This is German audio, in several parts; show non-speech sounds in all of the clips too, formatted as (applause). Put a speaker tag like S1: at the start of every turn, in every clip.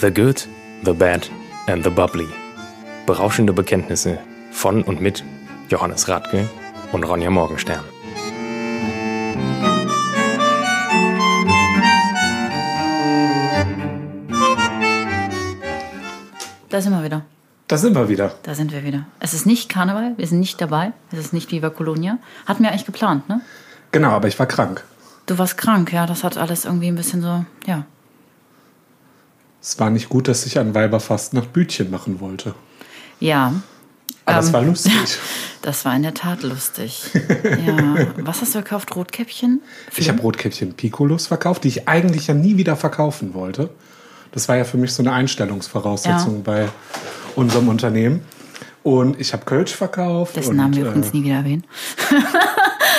S1: The Good, The Bad and The Bubbly. Berauschende Bekenntnisse von und mit Johannes Radke und Ronja Morgenstern.
S2: Da sind wir wieder.
S3: Da sind wir wieder.
S2: Da sind wir wieder. Es ist nicht Karneval, wir sind nicht dabei. Es ist nicht Viva Colonia. Hatten wir eigentlich geplant, ne?
S3: Genau, aber ich war krank.
S2: Du warst krank, ja. Das hat alles irgendwie ein bisschen so, ja.
S3: Es war nicht gut, dass ich an Weiberfasten nach Bütchen machen wollte.
S2: Ja,
S3: Aber
S2: Ähm.
S3: es
S2: (laughs)
S3: war lustig.
S2: das war in der Tat
S3: (laughs)
S2: lustig. ja. Was hast du gekauft? Rotkäppchen?
S3: Ich habe Rotkäppchen Piccolos verkauft, die ich eigentlich ja nie wieder verkaufen wollte. Das war ja für mich so eine Einstellungsvoraussetzung
S2: Ja.
S3: bei unserem Unternehmen. Und ich habe Kölsch verkauft.
S2: Dessen
S3: und,
S2: Namen wir übrigens
S3: äh,
S2: nie wieder erwähnen.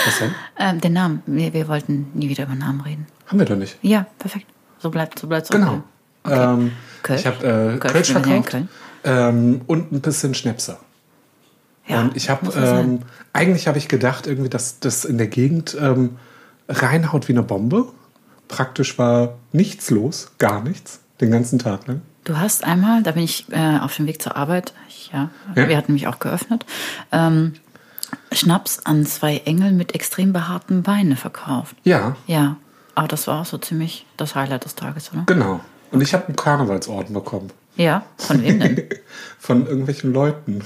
S3: was denn?
S2: Ähm, den Namen, wir, wir wollten nie wieder über Namen reden.
S3: Haben wir doch nicht.
S2: Ja, perfekt. So bleibt so bleibt's. auch
S3: Genau.
S2: Okay.
S3: Ähm,
S2: Kölsch?
S3: Ich habe äh,
S2: Kölsch,
S3: Kölsch,
S2: wir sind ja in
S3: verkauft ähm, und ein bisschen Schnäpse.
S2: Ja,
S3: und ich habe,
S2: muss man sagen.
S3: ähm, eigentlich habe ich gedacht, irgendwie, dass das in der Gegend ähm, reinhaut wie eine Bombe. Praktisch war nichts los, gar nichts, den ganzen Tag lang.
S2: Du hast einmal, da bin ich äh, auf dem Weg zur Arbeit, ich, ja,
S3: Ja.
S2: wir hatten mich auch geöffnet, ähm, Schnaps an zwei Engel mit extrem behaarten Beinen verkauft.
S3: Ja,
S2: Ja, aber das war auch so ziemlich das Highlight des Tages, oder?
S3: genau. Und ich habe einen Karnevalsorden bekommen.
S2: Ja, von wem
S3: (laughs)
S2: denn?
S3: Von irgendwelchen Leuten.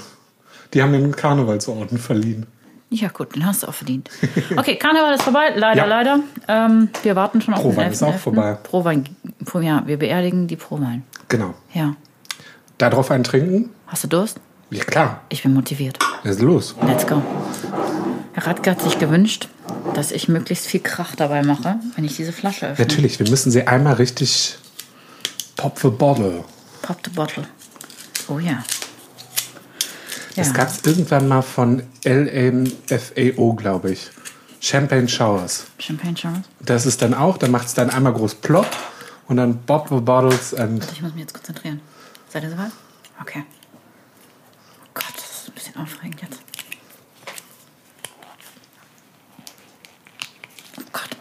S3: Die haben mir einen Karnevalsorden verliehen.
S2: ja gut, den hast du auch verdient. Okay, Karneval ist vorbei, leider,
S3: Ja.
S2: leider. Ähm, wir warten schon auf den
S3: Prowein ist auch
S2: 11.11..
S3: vorbei.
S2: Prowein, Pro, ja, wir beerdigen die Prowein.
S3: Genau.
S2: Ja,
S3: Darauf einen trinken?
S2: hast du Durst?
S3: Ja, klar.
S2: Ich bin motiviert.
S3: Was ist los?
S2: Let's go. Herr Radke hat sich gewünscht, dass ich möglichst viel Krach dabei mache, wenn ich diese Flasche öffne.
S3: Natürlich, wir müssen sie einmal richtig pop the bottle.
S2: Pop the bottle. Oh ja.
S3: Das gab es irgendwann mal von LMFAO, glaube ich. Champagne Showers.
S2: Champagne Charles.
S3: Das ist dann auch, da macht es dann einmal groß plopp und dann pop the bottles and
S2: Ich muss mich jetzt konzentrieren. Seid ihr soweit? Okay. Oh Gott, das ist ein bisschen aufregend jetzt. Oh Gott.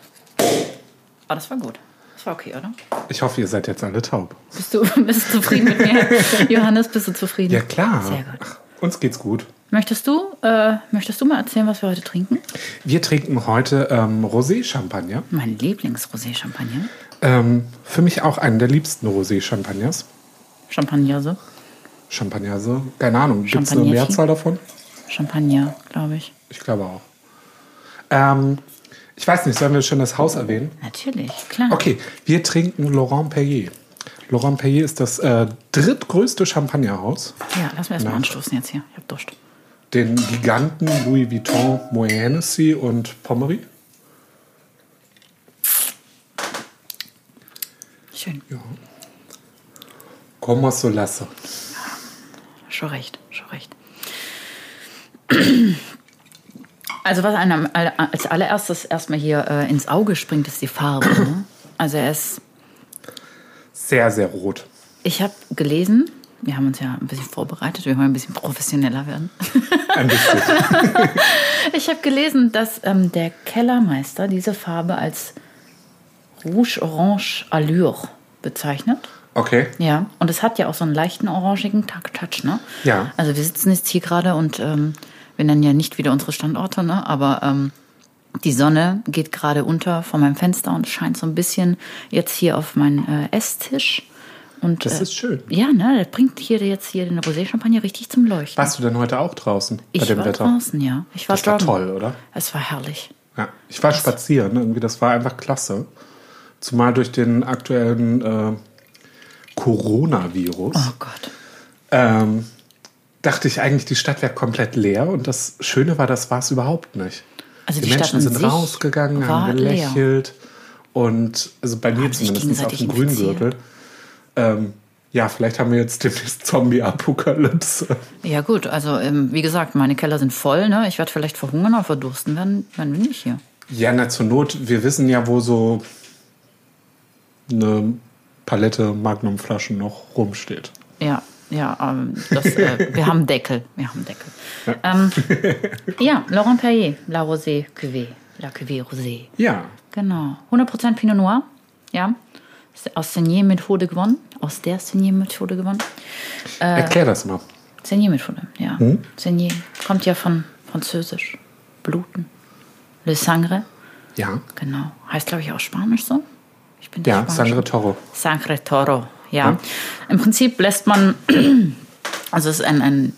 S2: Aber das war gut. Das war okay, oder?
S3: ich hoffe, ihr seid jetzt alle taub.
S2: Bist du, (laughs) bist du zufrieden mit
S3: (laughs)
S2: mir? Johannes, bist du zufrieden?
S3: Ja, klar.
S2: Sehr gut.
S3: Ach, uns geht's gut.
S2: Möchtest du, äh, möchtest du mal erzählen, was wir heute trinken?
S3: Wir trinken heute ähm, Rosé-Champagner.
S2: Mein Lieblings-Rosé-Champagner.
S3: Ähm, für mich auch einen der liebsten Rosé-Champagners.
S2: Champagner, so.
S3: Champagner, so. Keine Ahnung, gibt es eine
S2: Champagnerchen?
S3: Mehrzahl davon?
S2: Champagner, glaube ich.
S3: Ich glaube auch. Ähm, ich weiß nicht, sollen wir schon das Haus erwähnen?
S2: Natürlich, klar.
S3: Okay, wir trinken Laurent Perrier. Laurent Perrier ist das äh, drittgrößte Champagnerhaus.
S2: Ja, lass mir erstmal
S3: Na.
S2: anstoßen jetzt hier. Ich hab Durst.
S3: Den Giganten Louis Vuitton, Moet Hennessy und Pommery.
S2: Schön.
S3: Como so lasse.
S2: Schon recht, schon recht. Also was einem all- als allererstes erstmal hier äh, ins Auge springt, ist die Farbe. Ne? Also er ist,
S3: Sehr, sehr rot.
S2: ich habe gelesen, wir haben uns ja ein bisschen vorbereitet, wir wollen ein bisschen professioneller werden.
S3: Ein bisschen.
S2: Ich habe gelesen, dass ähm, der Kellermeister diese Farbe als Rouge-Orange Allure bezeichnet.
S3: Okay.
S2: Ja, und es hat ja auch so einen leichten orangigen Ta- Touch, ne?
S3: Ja.
S2: Also wir sitzen jetzt hier gerade und ähm, wir nennen ja nicht wieder unsere Standorte, ne? Aber ähm, die Sonne geht gerade unter vor meinem Fenster und scheint so ein bisschen jetzt hier auf meinen äh, Esstisch. Und,
S3: Das
S2: äh,
S3: ist schön.
S2: Ja, ne? Das bringt hier jetzt hier den Rosé-Champagner richtig zum Leuchten.
S3: Warst du denn heute auch draußen
S2: ich
S3: bei dem
S2: war
S3: Wetter?
S2: draußen, ja. Ich war
S3: Das war
S2: joggen.
S3: toll, oder?
S2: Es war herrlich.
S3: Ja, ich war spazieren, irgendwie, das war einfach klasse. Zumal durch den aktuellen äh, Coronavirus
S2: Oh Gott.
S3: ähm, dachte ich eigentlich, die Stadt wäre komplett leer und das Schöne war, das war es überhaupt nicht.
S2: Also
S3: die,
S2: die Stadt
S3: Menschen
S2: an
S3: sind
S2: sich
S3: rausgegangen,
S2: war
S3: haben gelächelt und also bei mir
S2: Haben sich
S3: zumindest auf dem
S2: gegenseitig infiziert.
S3: Grüngürtel. Ähm, ja, vielleicht haben wir jetzt demnächst Zombie-Apokalypse.
S2: Ja gut, also ähm, wie gesagt, meine Keller sind voll, ne? Ich werde vielleicht verhungern oder verdursten, dann, dann bin ich hier.
S3: Ja, na zur Not, wir wissen ja, wo so eine Palette Magnum-Flaschen noch rumsteht.
S2: Ja, ja, ähm, das, äh,
S3: (laughs)
S2: wir haben Deckel. Wir haben Deckel. Ähm, ja, Laurent Perrier, La Rosée Cuvée. La Cuvée Rosée.
S3: Ja,
S2: Genau. 100% Pinot Noir. Ja. aus Senier-Methode gewonnen. Aus der Senier-Methode gewonnen. Äh,
S3: Erklär das mal.
S2: Senier-Methode, ja.
S3: Hm?
S2: Senier kommt ja von Französisch. Bluten. Le Sangre.
S3: Ja.
S2: Genau. Heißt, glaube ich, auch Spanisch so. Ich bin
S3: Ja,
S2: Spanisch.
S3: Sangre Toro.
S2: Sangre Toro, ja.
S3: Ja.
S2: Im Prinzip lässt man, (clears throat) also es ist ein, ein,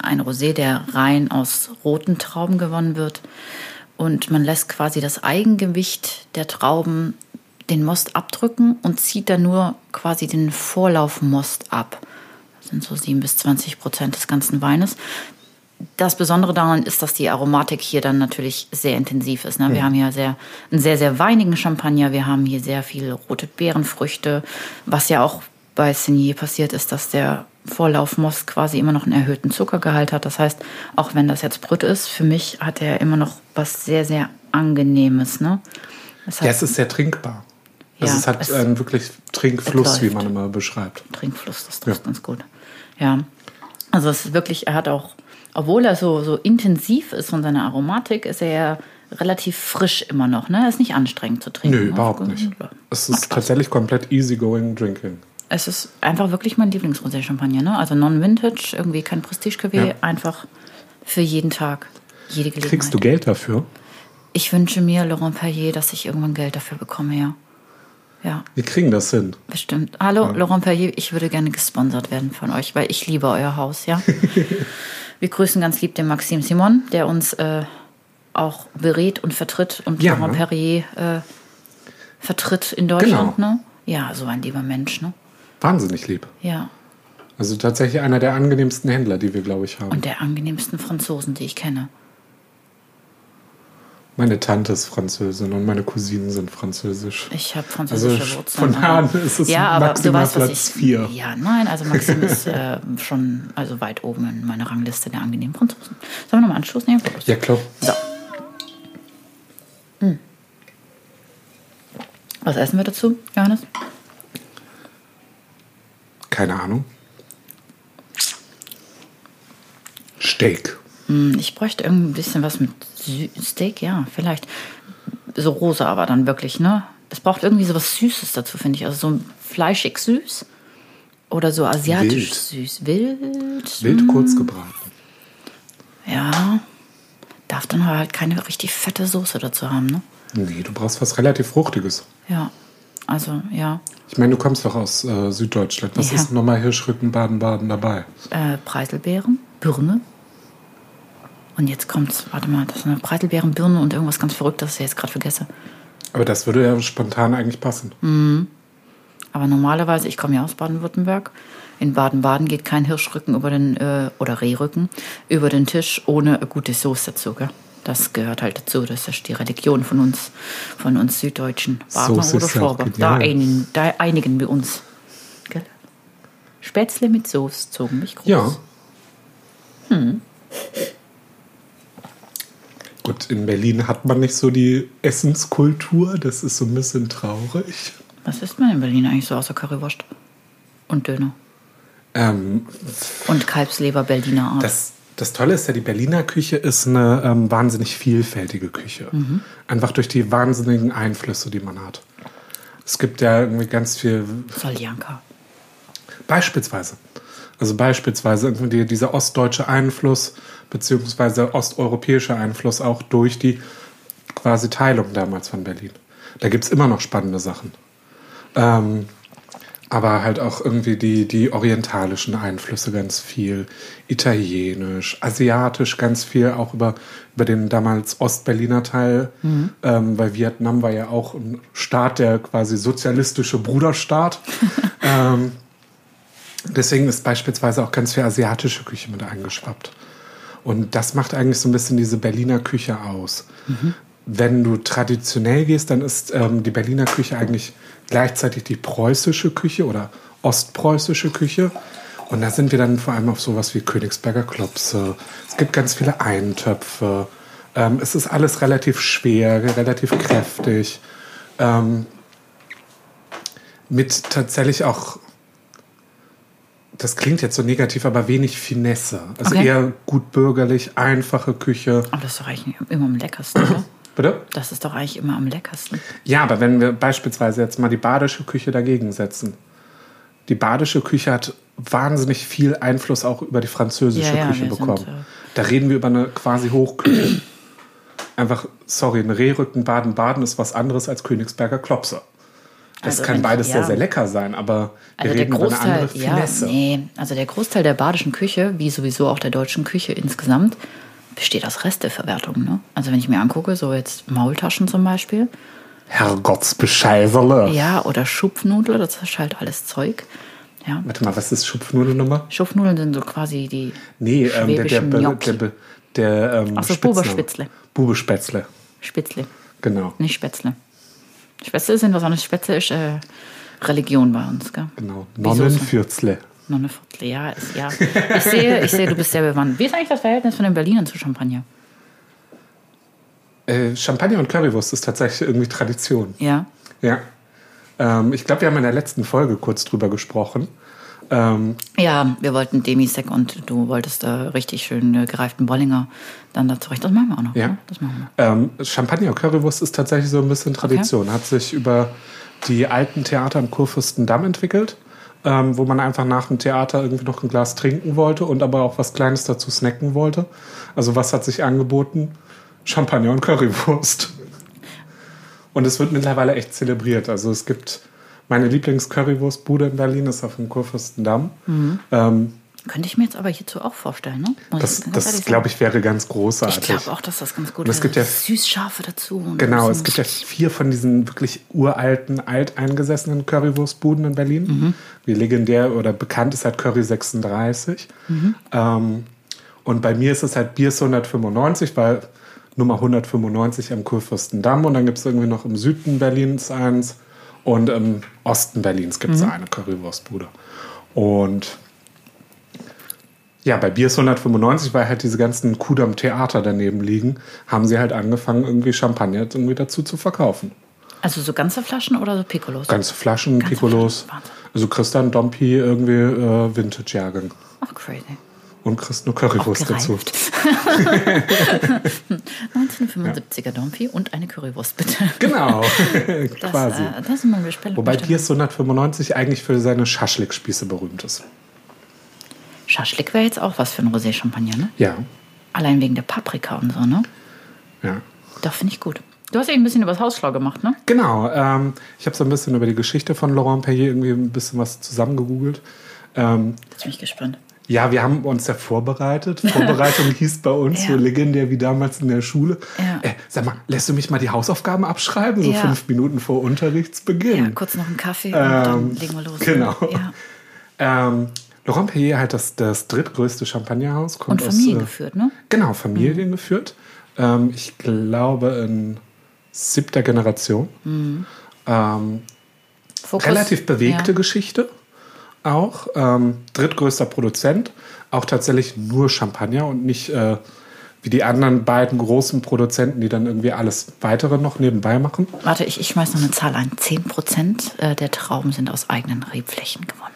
S2: ein Rosé, der rein aus roten Trauben gewonnen wird. Und man lässt quasi das Eigengewicht der Trauben den Most abdrücken und zieht dann nur quasi den Vorlaufmost ab. Das sind so 7 bis 20 Prozent des ganzen Weines. Das Besondere daran ist, dass die Aromatik hier dann natürlich sehr intensiv ist. Ne? Wir haben ja sehr, einen sehr, sehr weinigen Champagner. Wir haben hier sehr viele rote Beerenfrüchte. Was ja auch bei Signier passiert ist, dass der Vorlaufmost quasi immer noch einen erhöhten Zuckergehalt hat. Das heißt, auch wenn das jetzt Brüt ist, für mich hat er immer noch was sehr, sehr Angenehmes. Ne? Das
S3: Ja,
S2: heißt,
S3: es ist sehr trinkbar.
S2: Ja,
S3: also es hat
S2: es-
S3: einen wirklich Trinkfluss,
S2: es
S3: wie
S2: läuft.
S3: man immer beschreibt.
S2: Trinkfluss, das trifft
S3: Ja.
S2: ganz gut. Ja. Also es ist wirklich, er hat auch, obwohl er so, so intensiv ist von seiner Aromatik, ist er ja relativ frisch immer noch. Ne? Er ist nicht anstrengend zu trinken.
S3: Nö, überhaupt
S2: Also,
S3: nicht.
S2: ja.
S3: Es ist tatsächlich komplett easygoing drinking.
S2: Es ist einfach wirklich mein Lieblingsrosé-Champagner. Ne? Also non-vintage, irgendwie kein Prestige-Cuvée,
S3: Ja.
S2: einfach für jeden Tag, jede Gelegenheit.
S3: Kriegst du Geld dafür?
S2: Ich wünsche mir, Laurent Perrier, dass ich irgendwann Geld dafür bekomme, ja. Ja.
S3: Wir kriegen das hin.
S2: Bestimmt. Hallo, Laurent Perrier, ich würde gerne gesponsert werden von euch, weil ich liebe euer Haus,
S3: (laughs)
S2: ja. Wir grüßen ganz lieb den Maxim Simon, der uns äh, auch berät und vertritt und
S3: Ja. ne?
S2: Laurent Perrier äh, vertritt in Deutschland,
S3: Genau.
S2: ne? Ja, so ein lieber Mensch, ne?
S3: Wahnsinnig lieb.
S2: Ja.
S3: Also tatsächlich einer der angenehmsten Händler, die wir, glaube ich, haben.
S2: Und der angenehmsten Franzosen, die ich kenne.
S3: meine Tante ist Französin und meine Cousinen sind französisch.
S2: Ich habe
S3: Also
S2: französische
S3: sch-
S2: Wurzeln. ne?
S3: von
S2: aber-
S3: Hahn ist es maximal Platz
S2: ich.
S3: 4.
S2: Ja, nein, also
S3: (laughs)
S2: Maxim ist äh, schon also weit oben in meiner Rangliste der angenehmen Franzosen. Sollen wir nochmal Anschluss nehmen?
S3: Ja, klar.
S2: So. Hm. Was essen wir dazu, Johannes?
S3: Keine Ahnung. Steak.
S2: Hm, ich bräuchte irgendwie ein bisschen was mit Sü Steak, ja, vielleicht. So rosa, aber dann wirklich, ne? Es braucht irgendwie so was Süßes dazu, finde ich. Also so ein fleischig süß oder so asiatisch
S3: Wild.
S2: süß. Wild.
S3: Wild kurz gebraten.
S2: Ja. Darf dann aber halt keine richtig fette Soße dazu haben, ne?
S3: Nee, du brauchst was relativ Fruchtiges.
S2: Ja. Also, ja.
S3: Ich meine, du kommst doch aus äh, Süddeutschland. Was
S2: Ja.
S3: ist nochmal Hirschrücken, Baden-Baden dabei?
S2: äh, Preiselbeeren, Birne. Und jetzt kommt's, warte mal, das ist eine Preiselbeeren, Birne und irgendwas ganz Verrücktes, das ich jetzt gerade vergesse.
S3: Aber das würde ja spontan eigentlich passen.
S2: Aber normalerweise, ich komme ja aus Baden-Württemberg. In Baden-Baden geht kein Hirschrücken über den, äh, oder Rehrücken über den Tisch ohne eine gute Soße dazu, gell? Das gehört halt dazu. Das ist die Religion von uns, von uns Süddeutschen. Wagner
S3: Soße
S2: oder
S3: ist halt ja auch
S2: Schorber.
S3: gut,
S2: da,
S3: ja, ja.
S2: einigen, da einigen wir uns. Gell? Spätzle mit Soße zogen mich groß.
S3: Ja. Hm. Gut, in Berlin hat man nicht so die Essenskultur. Das ist so ein bisschen traurig.
S2: Was isst man in Berlin eigentlich so außer Currywurst? Und Döner.
S3: Ähm,
S2: Und Kalbsleber Berliner Art.
S3: Das, das Tolle ist ja, die Berliner Küche ist eine ähm, wahnsinnig vielfältige Küche. Einfach durch die wahnsinnigen Einflüsse, die man hat. Es gibt ja irgendwie ganz viel,
S2: Soljanka.
S3: beispielsweise, also beispielsweise irgendwie die, dieser ostdeutsche Einfluss, beziehungsweise osteuropäische Einfluss auch durch die quasi Teilung damals von Berlin. Da gibt es immer noch spannende Sachen. Ähm, aber halt auch irgendwie die, die orientalischen Einflüsse ganz viel, italienisch, asiatisch ganz viel, auch über, über den damals Ostberliner Teil, ähm, weil Vietnam war ja auch ein Staat, der quasi sozialistische Bruderstaat. ähm, deswegen ist beispielsweise auch ganz viel asiatische Küche mit eingeschwappt. Und das macht eigentlich so ein bisschen diese Berliner Küche aus. Wenn du traditionell gehst, dann ist ähm, die Berliner Küche eigentlich gleichzeitig die preußische Küche oder ostpreußische Küche. Und da sind wir dann vor allem auf sowas wie Königsberger Klopse. Es gibt ganz viele Eintöpfe. Ähm, es ist alles relativ schwer, relativ kräftig. Ähm, mit tatsächlich auch, das klingt jetzt so negativ, aber wenig Finesse. Also
S2: Okay.
S3: eher gut bürgerlich, einfache Küche.
S2: Aber das ist doch eigentlich immer am leckersten, oder?
S3: Bitte?
S2: Das ist doch eigentlich immer am leckersten.
S3: Ja, aber wenn wir beispielsweise jetzt mal die badische Küche dagegen setzen. Die badische Küche hat wahnsinnig viel Einfluss auch über die französische
S2: Ja, ja,
S3: Küche
S2: wir sind,
S3: bekommen.
S2: äh,
S3: da reden wir über eine quasi Hochküche. Einfach, sorry, ein Rehrücken Baden-Baden ist was anderes als Königsberger Klopse. Das
S2: Also
S3: kann
S2: wenn-
S3: beides sehr,
S2: ja.
S3: sehr lecker sein, aber wir
S2: Also der
S3: reden über eine
S2: Großteil,
S3: andere
S2: ja,
S3: Finesse.
S2: nee, also der Großteil der badischen Küche, wie sowieso auch der deutschen Küche insgesamt, besteht aus Resteverwertung. Ne? Also wenn ich mir angucke, so jetzt Maultaschen zum Beispiel,
S3: Herrgottsbescheißerle.
S2: ja, oder Schupfnudel, das ist halt alles Zeug. Ja.
S3: Warte mal, was ist Schupfnudelnummer?
S2: Schupfnudeln sind so quasi die
S3: Nee, ähm, der, der,
S2: schwäbischen
S3: der,
S2: Gnocchi.
S3: der, der, der ähm,
S2: Ach so,
S3: Spitzname.
S2: Buberspätzle.
S3: Bubespätzle,
S2: Spätzle,
S3: genau.
S2: nicht Spätzle. Spätzle sind was anderes. Spätzle ist äh, Religion bei uns, gell?
S3: genau.
S2: Wieso so?
S3: Nonnenfürzle.
S2: Noch eine Vierteljahr ist, ja. Ich sehe, ich sehe, du bist sehr bewandt. Wie ist eigentlich das Verhältnis von den Berlinern zu Champagner?
S3: Äh, Champagner und Currywurst ist tatsächlich irgendwie Tradition.
S2: Ja.
S3: Ja. Ähm, ich glaube, wir haben in der letzten Folge kurz drüber gesprochen. Ähm,
S2: Ja, wir wollten Demisec und du wolltest äh, richtig schön äh, gereiften Bollinger dann da zurecht. Das machen wir auch noch.
S3: ja.
S2: Ne? Das machen wir.
S3: Ähm, Champagner und Currywurst ist tatsächlich so ein bisschen Tradition. Hat sich über die alten Theater am Kurfürstendamm entwickelt, ähm, wo man einfach nach dem Theater irgendwie noch ein Glas trinken wollte und aber auch was Kleines dazu snacken wollte. Also was hat sich angeboten? Champagner und Currywurst. Und es wird mittlerweile echt zelebriert. Also es gibt meine Lieblings-Currywurstbude in Berlin ist auf dem Kurfürstendamm.
S2: Mhm.
S3: Ähm,
S2: Könnte ich mir jetzt aber hierzu auch vorstellen, ne? Muss
S3: das
S2: ich ganz ehrlich
S3: das
S2: sagen.
S3: glaube ich wäre ganz
S2: Ich
S3: großartig.
S2: glaube auch, dass das ganz gut
S3: Und es
S2: wäre.
S3: gibt ja-
S2: Süßschafe dazu. und
S3: Genau,
S2: so.
S3: es gibt ja vier von diesen wirklich uralten, alteingesessenen Currywurstbuden in Berlin. Wie legendär oder bekannt ist halt Curry 36. Ähm, und bei mir ist es halt Biers 195, weil Nummer 195 am Kurfürstendamm. Und dann gibt es irgendwie noch im Süden Berlins eins und im Osten Berlins gibt es eine Currywurstbude. Und ja, bei Biers 195, weil halt diese ganzen Kudam Theater daneben liegen, haben sie halt angefangen, irgendwie Champagner jetzt irgendwie dazu zu verkaufen.
S2: Also so ganze Flaschen oder so Piccolos?
S3: Ganze Flaschen,
S2: Ganze
S3: Piccolos.
S2: Flaschen, Wahnsinn.
S3: Also kriegst dann Dompi irgendwie äh, Vintage-Jahrgang
S2: Ach, crazy.
S3: und kriegst nur Currywurst dazu. (laughs)
S2: Gereift. 1975er Dompi und eine Currywurst,
S3: (laughs)
S2: bitte.
S3: Genau,
S2: (laughs) Das,
S3: quasi.
S2: Äh, das ist mal Bestell
S3: Wobei
S2: Bestellung.
S3: Biers 195 eigentlich für seine Schaschlikspieße berühmt ist.
S2: Schaschlik wäre jetzt auch was für ein Rosé-Champagner, ne?
S3: Ja,
S2: Allein wegen der Paprika und so, ne?
S3: ja.
S2: Doch, finde ich gut. Du hast eben ein bisschen übers Haus schlau gemacht, ne?
S3: Genau, ähm, ich habe so ein bisschen über die Geschichte von Laurent Perrier irgendwie ein bisschen was zusammengegoogelt. Ähm,
S2: Jetzt bin ich gespannt.
S3: Ja, wir haben uns
S2: (laughs)
S3: ja vorbereitet. Vorbereitung hieß bei uns,
S2: Ja.
S3: so legendär wie damals in der Schule.
S2: Ja.
S3: Äh, sag mal, lässt du mich mal die Hausaufgaben abschreiben? So
S2: Ja.
S3: fünf Minuten vor Unterrichtsbeginn.
S2: Ja, kurz noch einen Kaffee
S3: Ähm,
S2: und dann legen wir los.
S3: genau.
S2: Ja.
S3: Ähm, Laurent Perrier hat das, das drittgrößte Champagnerhaus.
S2: Und
S3: Kommt
S2: Familien
S3: aus, äh,
S2: geführt, ne?
S3: Genau, Familien geführt. Ähm, ich glaube in siebter Generation. Ähm,
S2: Fokus,
S3: relativ bewegte
S2: Mhm. ja.
S3: Geschichte auch. Ähm, drittgrößter Produzent, auch tatsächlich nur Champagner und nicht äh, wie die anderen beiden großen Produzenten, die dann irgendwie alles weitere noch nebenbei machen.
S2: Warte, ich, ich schmeiß noch eine Zahl ein. 10% äh, der Trauben sind aus eigenen Rebflächen gewonnen.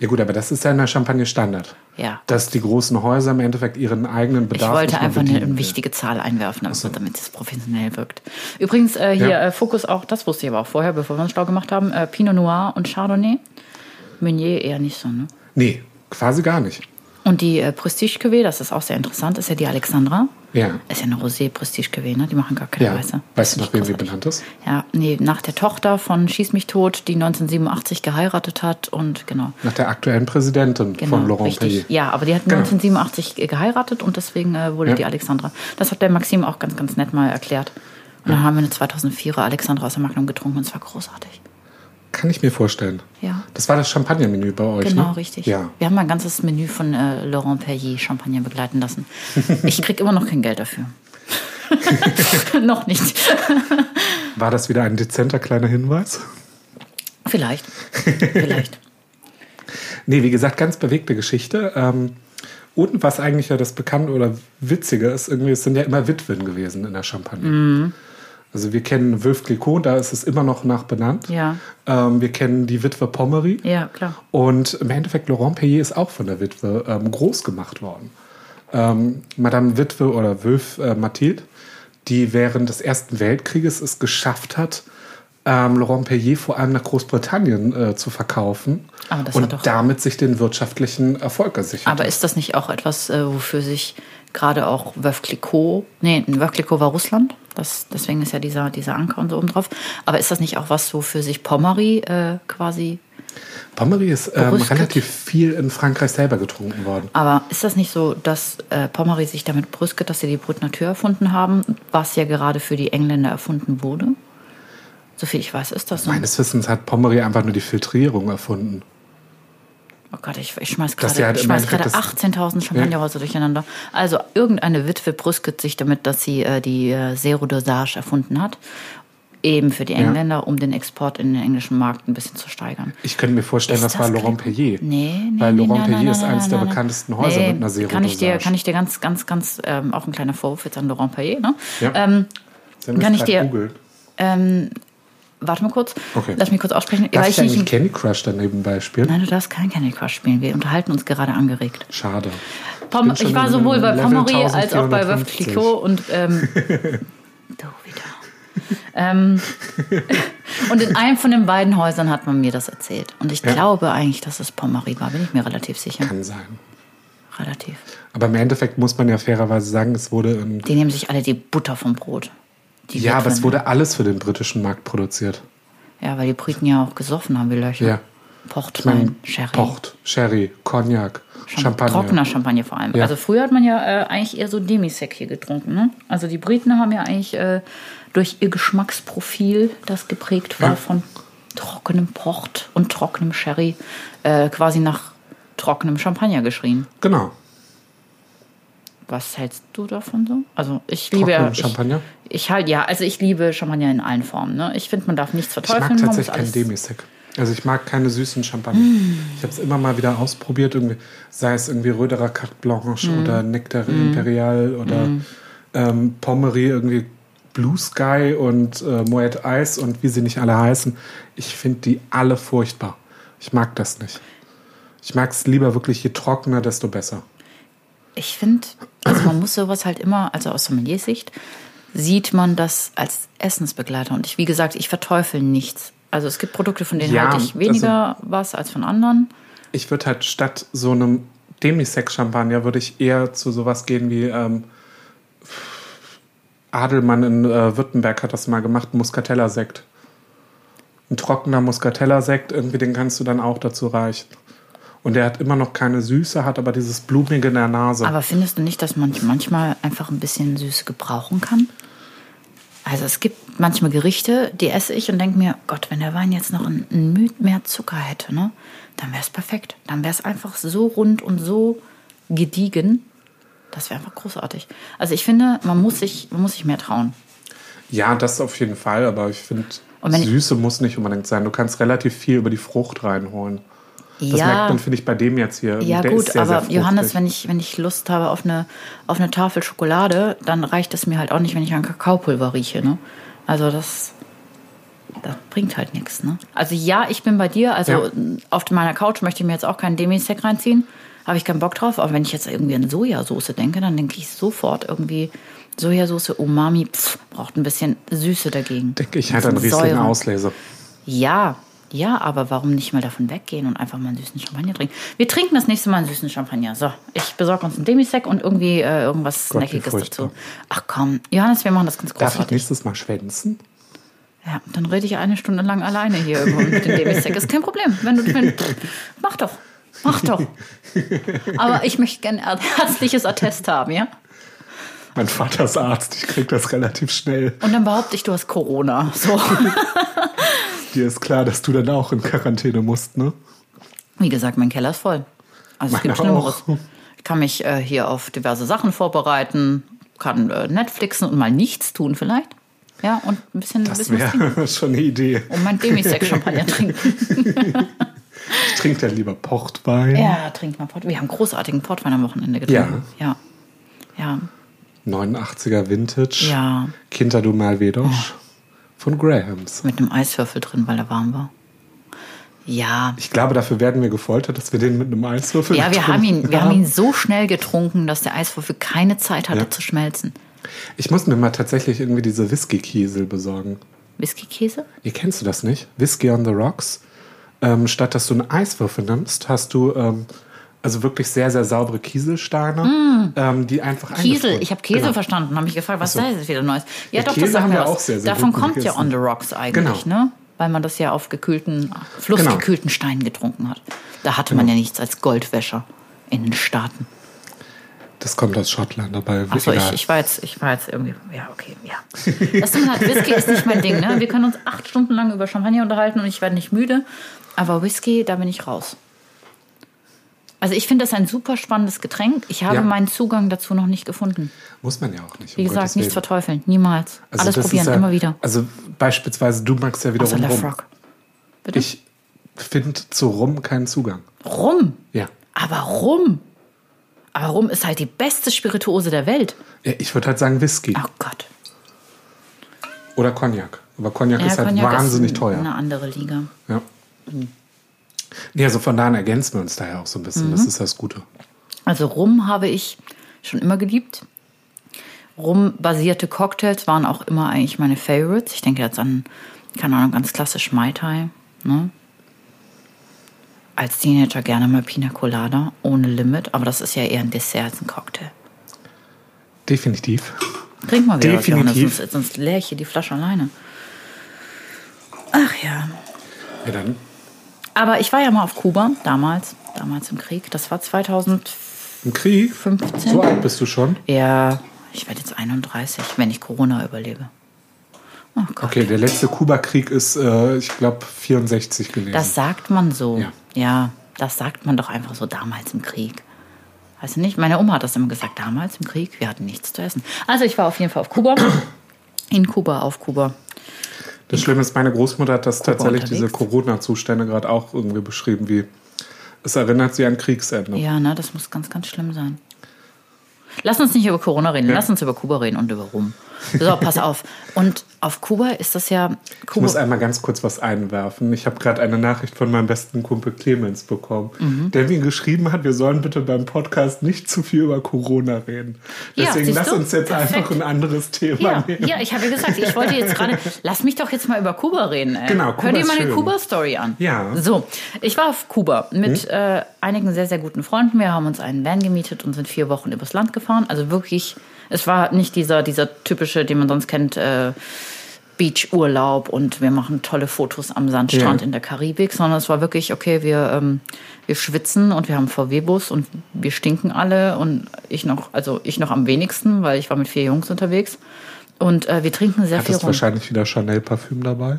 S3: Ja gut, aber das ist ja in der Champagne Standard.
S2: Ja.
S3: Dass die großen Häuser im Endeffekt ihren eigenen
S2: Ich
S3: Bedarf
S2: wollte
S3: nicht mehr
S2: einfach eine,
S3: bedienen.
S2: eine wichtige Zahl einwerfen, damit, damit es professionell wirkt. Übrigens, äh, hier
S3: Ja.
S2: äh, Fokus auch, das wusste ich aber auch vorher, bevor wir uns schlau gemacht haben, äh, Pinot Noir und Chardonnay. Meunier eher nicht so, ne?
S3: Nee, quasi gar nicht.
S2: Und die äh, Prestige Cuvée, das ist auch sehr interessant, ist ja die Alexandra.
S3: Ja.
S2: Ist ja eine Rosé Prestige Cuvée, ne? Die machen gar keine
S3: Ja,
S2: Weiße.
S3: weißt du noch, wen sie
S2: Großartig.
S3: benannt ist?
S2: Ja, nee, nach der Tochter von Schieß mich tot, die 1987 geheiratet hat und genau.
S3: Nach der aktuellen Präsidentin
S2: Genau,
S3: von Laurent
S2: richtig.
S3: Perrier.
S2: Ja, aber die hat
S3: Genau.
S2: 1987 ge- geheiratet und deswegen äh, wurde
S3: Ja.
S2: die Alexandra. Das hat der Maxim auch ganz, ganz nett mal erklärt. Und dann haben wir eine 2004er Alexandra aus der Magnum getrunken und es war großartig.
S3: Kann ich mir vorstellen.
S2: Ja.
S3: Das war das Champagnermenü bei euch,
S2: Genau,
S3: ne?
S2: richtig.
S3: Ja.
S2: Wir haben ein ganzes Menü von äh, Laurent Perrier Champagner begleiten
S3: (laughs)
S2: lassen. Ich krieg immer noch kein Geld dafür. (laughs) noch nicht.
S3: War das wieder ein dezenter kleiner Hinweis?
S2: Vielleicht. Vielleicht.
S3: Nee, wie gesagt, ganz bewegte Geschichte. Ähm, und was eigentlich ja das Bekannte oder Witzige ist, irgendwie, es sind ja immer Witwen gewesen in der Champagne.
S2: Mhm.
S3: Also wir kennen Wölf Clicquot, da ist es immer noch nach benannt.
S2: Ja.
S3: Ähm, wir kennen die Witwe Pommery.
S2: Ja, klar.
S3: Und im Endeffekt, Laurent Perrier ist auch von der Witwe ähm, groß gemacht worden. Ähm, Madame Witwe oder Wölf äh, Mathilde, die während des Ersten Weltkrieges es geschafft hat, ähm, Laurent Perrier vor allem nach Großbritannien äh, zu verkaufen
S2: Ah, das war
S3: und
S2: doch-
S3: damit sich den wirtschaftlichen Erfolg gesichert.
S2: Aber ist das nicht auch etwas, äh, wofür sich gerade auch Wöfkliko, nee, Wöfkliko war Russland, das, deswegen ist ja dieser, dieser Anker und so oben drauf. Aber ist das nicht auch was, wofür sich Pommery äh, quasi,
S3: Pommery ist ähm,
S2: Berüstet.
S3: relativ viel in Frankreich selber getrunken worden.
S2: aber ist das nicht so, dass äh, Pommery sich damit brüstet, dass sie die Brut Nature erfunden haben, was ja gerade für die Engländer erfunden wurde? Soviel ich weiß, ist das so.
S3: Meines Wissens hat Pommery einfach nur die Filtrierung erfunden.
S2: Oh Gott, ich, ich schmeiß
S3: Dass
S2: gerade
S3: sie halt
S2: ich
S3: im
S2: schmeiß gerade
S3: Endeffekt das-
S2: 18.000 Champagnerhäuser durcheinander. Also irgendeine Witwe brüstet sich damit, dass sie äh, die äh, Zero Dosage erfunden hat. Eben für die Engländer, um den Export in den englischen Markt ein bisschen zu steigern.
S3: Ich könnte mir vorstellen,
S2: Ist
S3: das, war
S2: das
S3: Laurent
S2: Creme?
S3: Perrier.
S2: Nee, nee,
S3: Weil
S2: nee,
S3: Laurent
S2: nein,
S3: Perrier
S2: nein,
S3: ist
S2: nein,
S3: eines
S2: nein,
S3: der
S2: nein.
S3: bekanntesten Häuser mit einer Serie.
S2: Kann ich dir, kann ich dir ganz, ganz, ganz, ganz, ähm, auch ein kleiner Vorwurf jetzt an Laurent Perrier, ne? Ähm, kann ich dir-
S3: halt Googeln.
S2: ähm, warte mal kurz,
S3: Okay.
S2: lass mich kurz aussprechen.
S3: Darf
S2: weil
S3: ich eigentlich Candy Crush daneben beispielen?
S2: nein, du darfst kein Candy Crush spielen. Wir unterhalten uns gerade angeregt.
S3: Schade.
S2: Pom
S3: bin schon
S2: ich war
S3: in
S2: sowohl bei
S3: Level
S2: Pommery als auch bei
S3: 1450.
S2: Wöf Clicquot und
S3: (laughs)
S2: ähm, du wieder. ähm, (laughs) und in einem von den beiden Häusern hat man mir das erzählt. Und ich glaube eigentlich, dass es Pommery war, bin ich mir relativ sicher.
S3: Kann sein.
S2: Relativ.
S3: Aber im Endeffekt muss man ja fairerweise sagen, es wurde in.
S2: Die nehmen sich alle die Butter vom Brot. Die
S3: Ja, aber es
S2: Witwen.
S3: wurde alles für den britischen Markt produziert.
S2: Ja, weil die Briten ja auch gesoffen haben, wie Löcher.
S3: Ja. Ich
S2: Portwein,
S3: meine,
S2: Sherry.
S3: Port, Sherry, Cognac,
S2: Champ-
S3: Champagner.
S2: Trockener Champagner vor allem.
S3: Ja.
S2: Also früher hat man ja äh, eigentlich eher so Demisec hier getrunken. Ne? Also die Briten haben ja eigentlich äh, durch ihr Geschmacksprofil, das geprägt war
S3: Ja.
S2: von trockenem Port und trockenem Sherry, äh, quasi nach trockenem Champagner geschrien.
S3: Genau.
S2: Was hältst du davon so? Also ich liebe
S3: Trockenem
S2: ja. Ich,
S3: Champagner.
S2: ich halt ja, also ich liebe Champagner in allen Formen. Ne? Ich finde, man darf nichts
S3: Ich
S2: verteufeln.
S3: mag
S2: man muss
S3: tatsächlich keinen
S2: alles-
S3: Demisec. Also ich mag keine süßen Champagner. Ich habe es immer mal wieder ausprobiert, irgendwie, sei es irgendwie Röderer Carte Blanche oder Nectar Imperial oder ähm, Pommery, irgendwie Blue Sky und äh, Moet Ice und wie sie nicht alle heißen. Ich finde die alle furchtbar. Ich mag das nicht. Ich mag es lieber wirklich, je trockener, desto besser.
S2: Ich finde, also man muss sowas halt immer, also aus Sommelier-Sicht, sieht man das als Essensbegleiter. Und ich, wie gesagt, ich verteufel nichts. Also es gibt Produkte, von denen
S3: Ja,
S2: halte ich weniger was als von anderen.
S3: Ich würde halt statt so einem Demisex-Champagner würde ich eher zu sowas gehen wie ähm, Adelmann in äh, Württemberg hat das mal gemacht, Muscatella-Sekt. Ein trockener Muscatella-Sekt, irgendwie den kannst du dann auch dazu reichen. Und der hat immer noch keine Süße, hat aber dieses Blumige in der Nase.
S2: Aber findest du nicht, dass man manchmal einfach ein bisschen Süße gebrauchen kann? Also es gibt manchmal Gerichte, die esse ich und denke mir, Gott, wenn der Wein jetzt noch ein, ein Müd mehr Zucker hätte, ne, dann wäre es perfekt. Dann wäre es einfach so rund und so gediegen. Das wäre einfach großartig. Also ich finde, man muss sich, man muss sich mehr trauen.
S3: ja, das auf jeden Fall, aber ich finde,
S2: Und wenn ich-
S3: Süße muss nicht unbedingt sein. Du kannst relativ viel über die Frucht reinholen. Das merkt man, finde ich, bei dem jetzt hier.
S2: Ja,
S3: Der
S2: gut,
S3: ist sehr, sehr
S2: aber
S3: fruchtig.
S2: Johannes, wenn ich, wenn ich Lust habe auf eine, auf eine Tafel Schokolade, dann reicht es mir halt auch nicht, wenn ich an Kakaopulver rieche. Ne? Also das, das bringt halt nichts. Ne? Also ja, ich bin bei dir. Also
S3: Ja.
S2: auf meiner Couch möchte ich mir jetzt auch keinen Demisec reinziehen. Habe ich keinen Bock drauf. Aber wenn ich jetzt irgendwie an Sojasauce denke, dann denke ich sofort irgendwie Sojasauce, Umami, pff, braucht ein bisschen Süße dagegen.
S3: Denke ich halt an
S2: Ein bisschen
S3: Riesling
S2: Säure.
S3: Auslese.
S2: Ja, ja, aber warum nicht mal davon weggehen und einfach mal einen süßen Champagner trinken? Wir trinken das nächste Mal einen süßen Champagner. So, ich besorge uns einen Demisec und irgendwie äh, irgendwas
S3: Gott, wie
S2: Snackiges
S3: furchtbar.
S2: dazu. Ach komm, Johannes, wir machen das ganz
S3: Darf ich
S2: großartig.
S3: nächstes Mal schwänzen?
S2: Ja, dann rede ich eine Stunde lang alleine hier irgendwo mit dem Demisec. Ist kein Problem. Wenn du willst, mach doch. Mach doch. Aber ich möchte gerne ein ärztliches Attest haben, ja?
S3: Mein Vater ist Arzt, ich krieg das relativ schnell.
S2: Und dann behaupte ich, du hast Corona. So.
S3: Dir ist klar, dass du dann auch in Quarantäne musst, ne?
S2: Wie gesagt, mein Keller ist voll. Also es
S3: Meiner
S2: gibt Schlimmeres.
S3: auch.
S2: Ich kann mich äh, hier auf diverse Sachen vorbereiten, kann äh, Netflixen und mal nichts tun vielleicht. Ja, und ein bisschen, ein
S3: Das
S2: bisschen was trinken.
S3: wäre (laughs) schon eine Idee.
S2: Und mein Demisec-Champagner (laughs) trinken.
S3: Ich trinke dann lieber Portwein.
S2: Ja, trink mal Portwein. Wir haben großartigen Portwein am Wochenende getrunken. Ja. Ja.
S3: 89er Vintage.
S2: Ja.
S3: Kinder du mal Vedosch. Von Grahams.
S2: Mit einem Eiswürfel drin, weil er warm war. Ja.
S3: Ich glaube, dafür werden wir gefoltert, dass wir den mit einem Eiswürfel
S2: Ja, wir
S3: getrunken
S2: haben ihn, wir haben ihn so schnell getrunken, dass der Eiswürfel keine Zeit hatte
S3: Ja.
S2: zu schmelzen.
S3: Ich muss mir mal tatsächlich irgendwie diese Whisky-Kiesel besorgen.
S2: Whisky-Käse?
S3: Ihr kennst du das nicht? Whisky on the Rocks. Ähm, statt dass du einen Eiswürfel nimmst, hast du ähm, also wirklich sehr, sehr saubere Kieselsteine, ähm, die einfach
S2: Mm. Kiesel,
S3: eingefroren-
S2: ich habe Käse
S3: Genau.
S2: verstanden, habe mich gefragt, was
S3: Ach so.
S2: da ist jetzt wieder Neues. Ja,
S3: Ja,
S2: doch,
S3: Käse
S2: das sagt
S3: haben
S2: mir
S3: wir
S2: was.
S3: auch sehr, sehr
S2: Davon
S3: gut
S2: kommt ja
S3: gegessen.
S2: On the Rocks eigentlich,
S3: Genau.
S2: ne? Weil man das ja auf gekühlten, flussgekühlten Steinen getrunken hat. Da hatte
S3: Genau.
S2: man ja nichts als Goldwäscher in den Staaten.
S3: Das kommt aus Schottland, aber
S2: Achso, ich,
S3: egal.
S2: ich, war jetzt- ich war jetzt irgendwie. Ja, okay, ja. Das tut mir leid, Whisky ist nicht mein Ding, ne? Wir können uns acht Stunden lang über Champagner unterhalten und ich werde nicht müde. Aber Whisky, da bin ich raus. Also ich finde das ein super spannendes Getränk. Ich habe
S3: Ja.
S2: meinen Zugang dazu noch nicht gefunden.
S3: Muss man ja auch nicht.
S2: Wie
S3: um
S2: gesagt,
S3: Gottes
S2: nichts
S3: Willen.
S2: verteufeln, niemals.
S3: Also
S2: Alles
S3: das ist
S2: probieren,
S3: ja,
S2: immer wieder.
S3: Also beispielsweise, du magst ja wieder
S2: Außer
S3: rum.
S2: Left Rock. Bitte?
S3: Ich finde zu rum keinen Zugang.
S2: rum.
S3: Ja.
S2: Aber rum. Aber rum ist halt die beste Spirituose der Welt.
S3: Ja, Ich würde halt sagen Whisky
S2: Oh Gott.
S3: oder Cognac. Aber Cognac
S2: Ja,
S3: ist halt
S2: Cognac
S3: wahnsinnig
S2: ist
S3: teuer.
S2: Eine andere Liga.
S3: Ja. Nee, also von daher ergänzen wir uns da ja auch so ein
S2: Mhm.
S3: bisschen. Das ist das Gute.
S2: Also Rum habe ich schon immer geliebt. Rum-basierte Cocktails waren auch immer eigentlich meine Favorites. Ich denke jetzt an, keine Ahnung, ganz klassisch Mai Tai. Ne? Als Teenager gerne mal Pina Colada, ohne Limit. Aber das ist ja eher ein Dessert als ein Cocktail.
S3: Definitiv.
S2: Trink mal wieder, was,
S3: Definitiv.
S2: Johannes, sonst, sonst leer ich hier die Flasche alleine. Ach ja.
S3: Ja, dann
S2: Aber ich war ja mal auf Kuba damals, damals im Krieg. Das war 2015.
S3: im Krieg. So alt bist du schon.
S2: Ja, ich werde jetzt 31, wenn ich Corona überlebe. Oh Gott.
S3: Okay, der letzte Kuba-Krieg ist, äh, ich glaube, 64 gewesen.
S2: Das sagt man so. Ja.
S3: Ja.
S2: das sagt man doch einfach so damals im Krieg. Weißt du nicht? Meine Oma hat das immer gesagt, damals im Krieg, wir hatten nichts zu essen. Also ich war auf jeden Fall auf Kuba. In Kuba, auf Kuba.
S3: Das Schlimme ist, meine Großmutter hat das tatsächlich diese
S2: unterwegs.
S3: Corona-Zustände gerade auch irgendwie beschrieben, wie es erinnert sie an Kriegsende.
S2: Ja, ne, das muss ganz, ganz schlimm sein. Lass uns nicht über Corona reden, lass uns über Kuba reden und über Rum. So, pass auf. Und auf Kuba ist das ja.
S3: Ich muss
S2: Kuba,
S3: einmal ganz kurz was einwerfen. Ich habe gerade eine Nachricht von meinem besten Kumpel Clemens bekommen,
S2: Mhm.
S3: der mir geschrieben hat, wir sollen bitte beim Podcast nicht zu viel über Corona reden.
S2: Ja,
S3: Deswegen
S2: siehst
S3: lass
S2: du?
S3: uns jetzt
S2: Perfekt.
S3: einfach ein anderes Thema
S2: ja,
S3: nehmen.
S2: ja, ich habe ja gesagt, ich wollte jetzt gerade. Lass mich doch jetzt mal über Kuba reden. Ey.
S3: Genau,
S2: Hör
S3: Kuba
S2: dir
S3: ist
S2: meine
S3: schön.
S2: Kuba-Story an.
S3: Ja. Hm?
S2: So, ich war auf Kuba mit äh, einigen sehr, sehr guten Freunden. Wir haben uns einen Van gemietet und sind vier Wochen übers Land gefahren. Also wirklich, es war nicht dieser, dieser typische, den man sonst kennt. Äh, Beachurlaub und wir machen tolle Fotos am Sandstrand
S3: Ja.
S2: in der Karibik, sondern es war wirklich, okay, wir, ähm, wir schwitzen und wir haben VW-Bus und wir stinken alle und ich noch, also ich noch am wenigsten, weil ich war mit vier Jungs unterwegs und äh, wir trinken sehr viel
S3: Hattest
S2: rum.
S3: wahrscheinlich wieder Chanel-Parfüm dabei?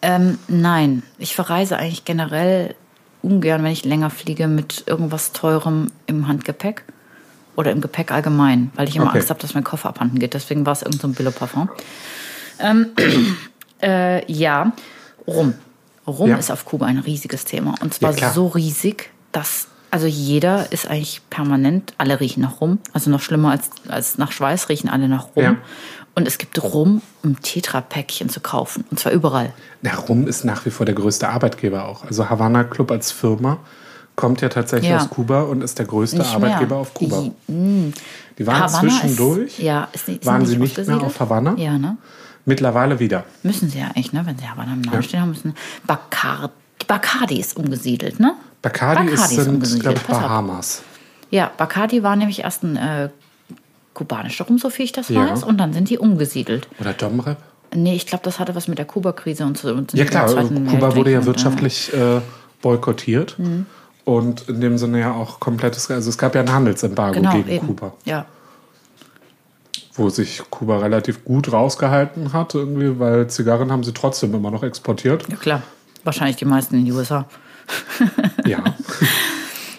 S2: Ähm, nein, ich verreise eigentlich generell ungern, wenn ich länger fliege, mit irgendwas Teurem im Handgepäck oder im Gepäck allgemein, weil ich immer
S3: Okay.
S2: Angst habe, dass mein Koffer abhanden geht. Deswegen war es irgendein so ein Billo Parfum. Ähm, (clears throat) äh, ja, Rum. Rum
S3: Ja.
S2: ist auf Kuba ein riesiges Thema. Und zwar
S3: klar.
S2: so riesig, dass also jeder ist eigentlich permanent, alle riechen nach Rum. Also noch schlimmer als, als nach Schweiß riechen alle nach Rum.
S3: Ja.
S2: Und es gibt Rum im Tetra-Päckchen zu kaufen. Und zwar überall.
S3: Na, Rum ist nach wie vor der größte Arbeitgeber auch. Also Havana Club als Firma kommt ja tatsächlich
S2: Ja.
S3: aus Kuba und ist der größte
S2: Nicht mehr.
S3: Arbeitgeber auf Kuba.
S2: Die- mm.
S3: Die waren
S2: Ist,
S3: zwischendurch,
S2: ja, ist, ist
S3: waren sie nicht mehr
S2: aufgesiedelt?
S3: auf Havanna,
S2: Ja, ne?
S3: mittlerweile wieder.
S2: Müssen sie ja eigentlich, ne? Wenn sie Havanna im Namen stehen haben müssen. Bacardi, Bacardi ist umgesiedelt, ne?
S3: Bacardi, ist, sind, glaube ich,
S2: pass auf.
S3: Bahamas.
S2: Ja, Bacardi war nämlich erst ein äh, kubanischer Rum, so viel ich das
S3: Ja.
S2: weiß. Und dann sind die umgesiedelt.
S3: Oder Domrep?
S2: Nee, ich glaube, das hatte was mit der Kuba-Krise und so. Und
S3: Ja klar,
S2: dem
S3: Kuba
S2: Zweiten
S3: wurde
S2: Weltkrieg
S3: ja
S2: und, Mhm.
S3: wirtschaftlich äh, boykottiert und in dem Sinne ja auch komplettes, also es gab ja ein
S2: Äh,
S3: Handelsembargo
S2: genau,
S3: gegen
S2: eben.
S3: Kuba,
S2: Ja,
S3: wo sich Kuba relativ gut rausgehalten hat irgendwie, weil Zigarren haben sie trotzdem immer noch exportiert.
S2: ja, klar. Wahrscheinlich die meisten in den (laughs) USA.
S3: Ja,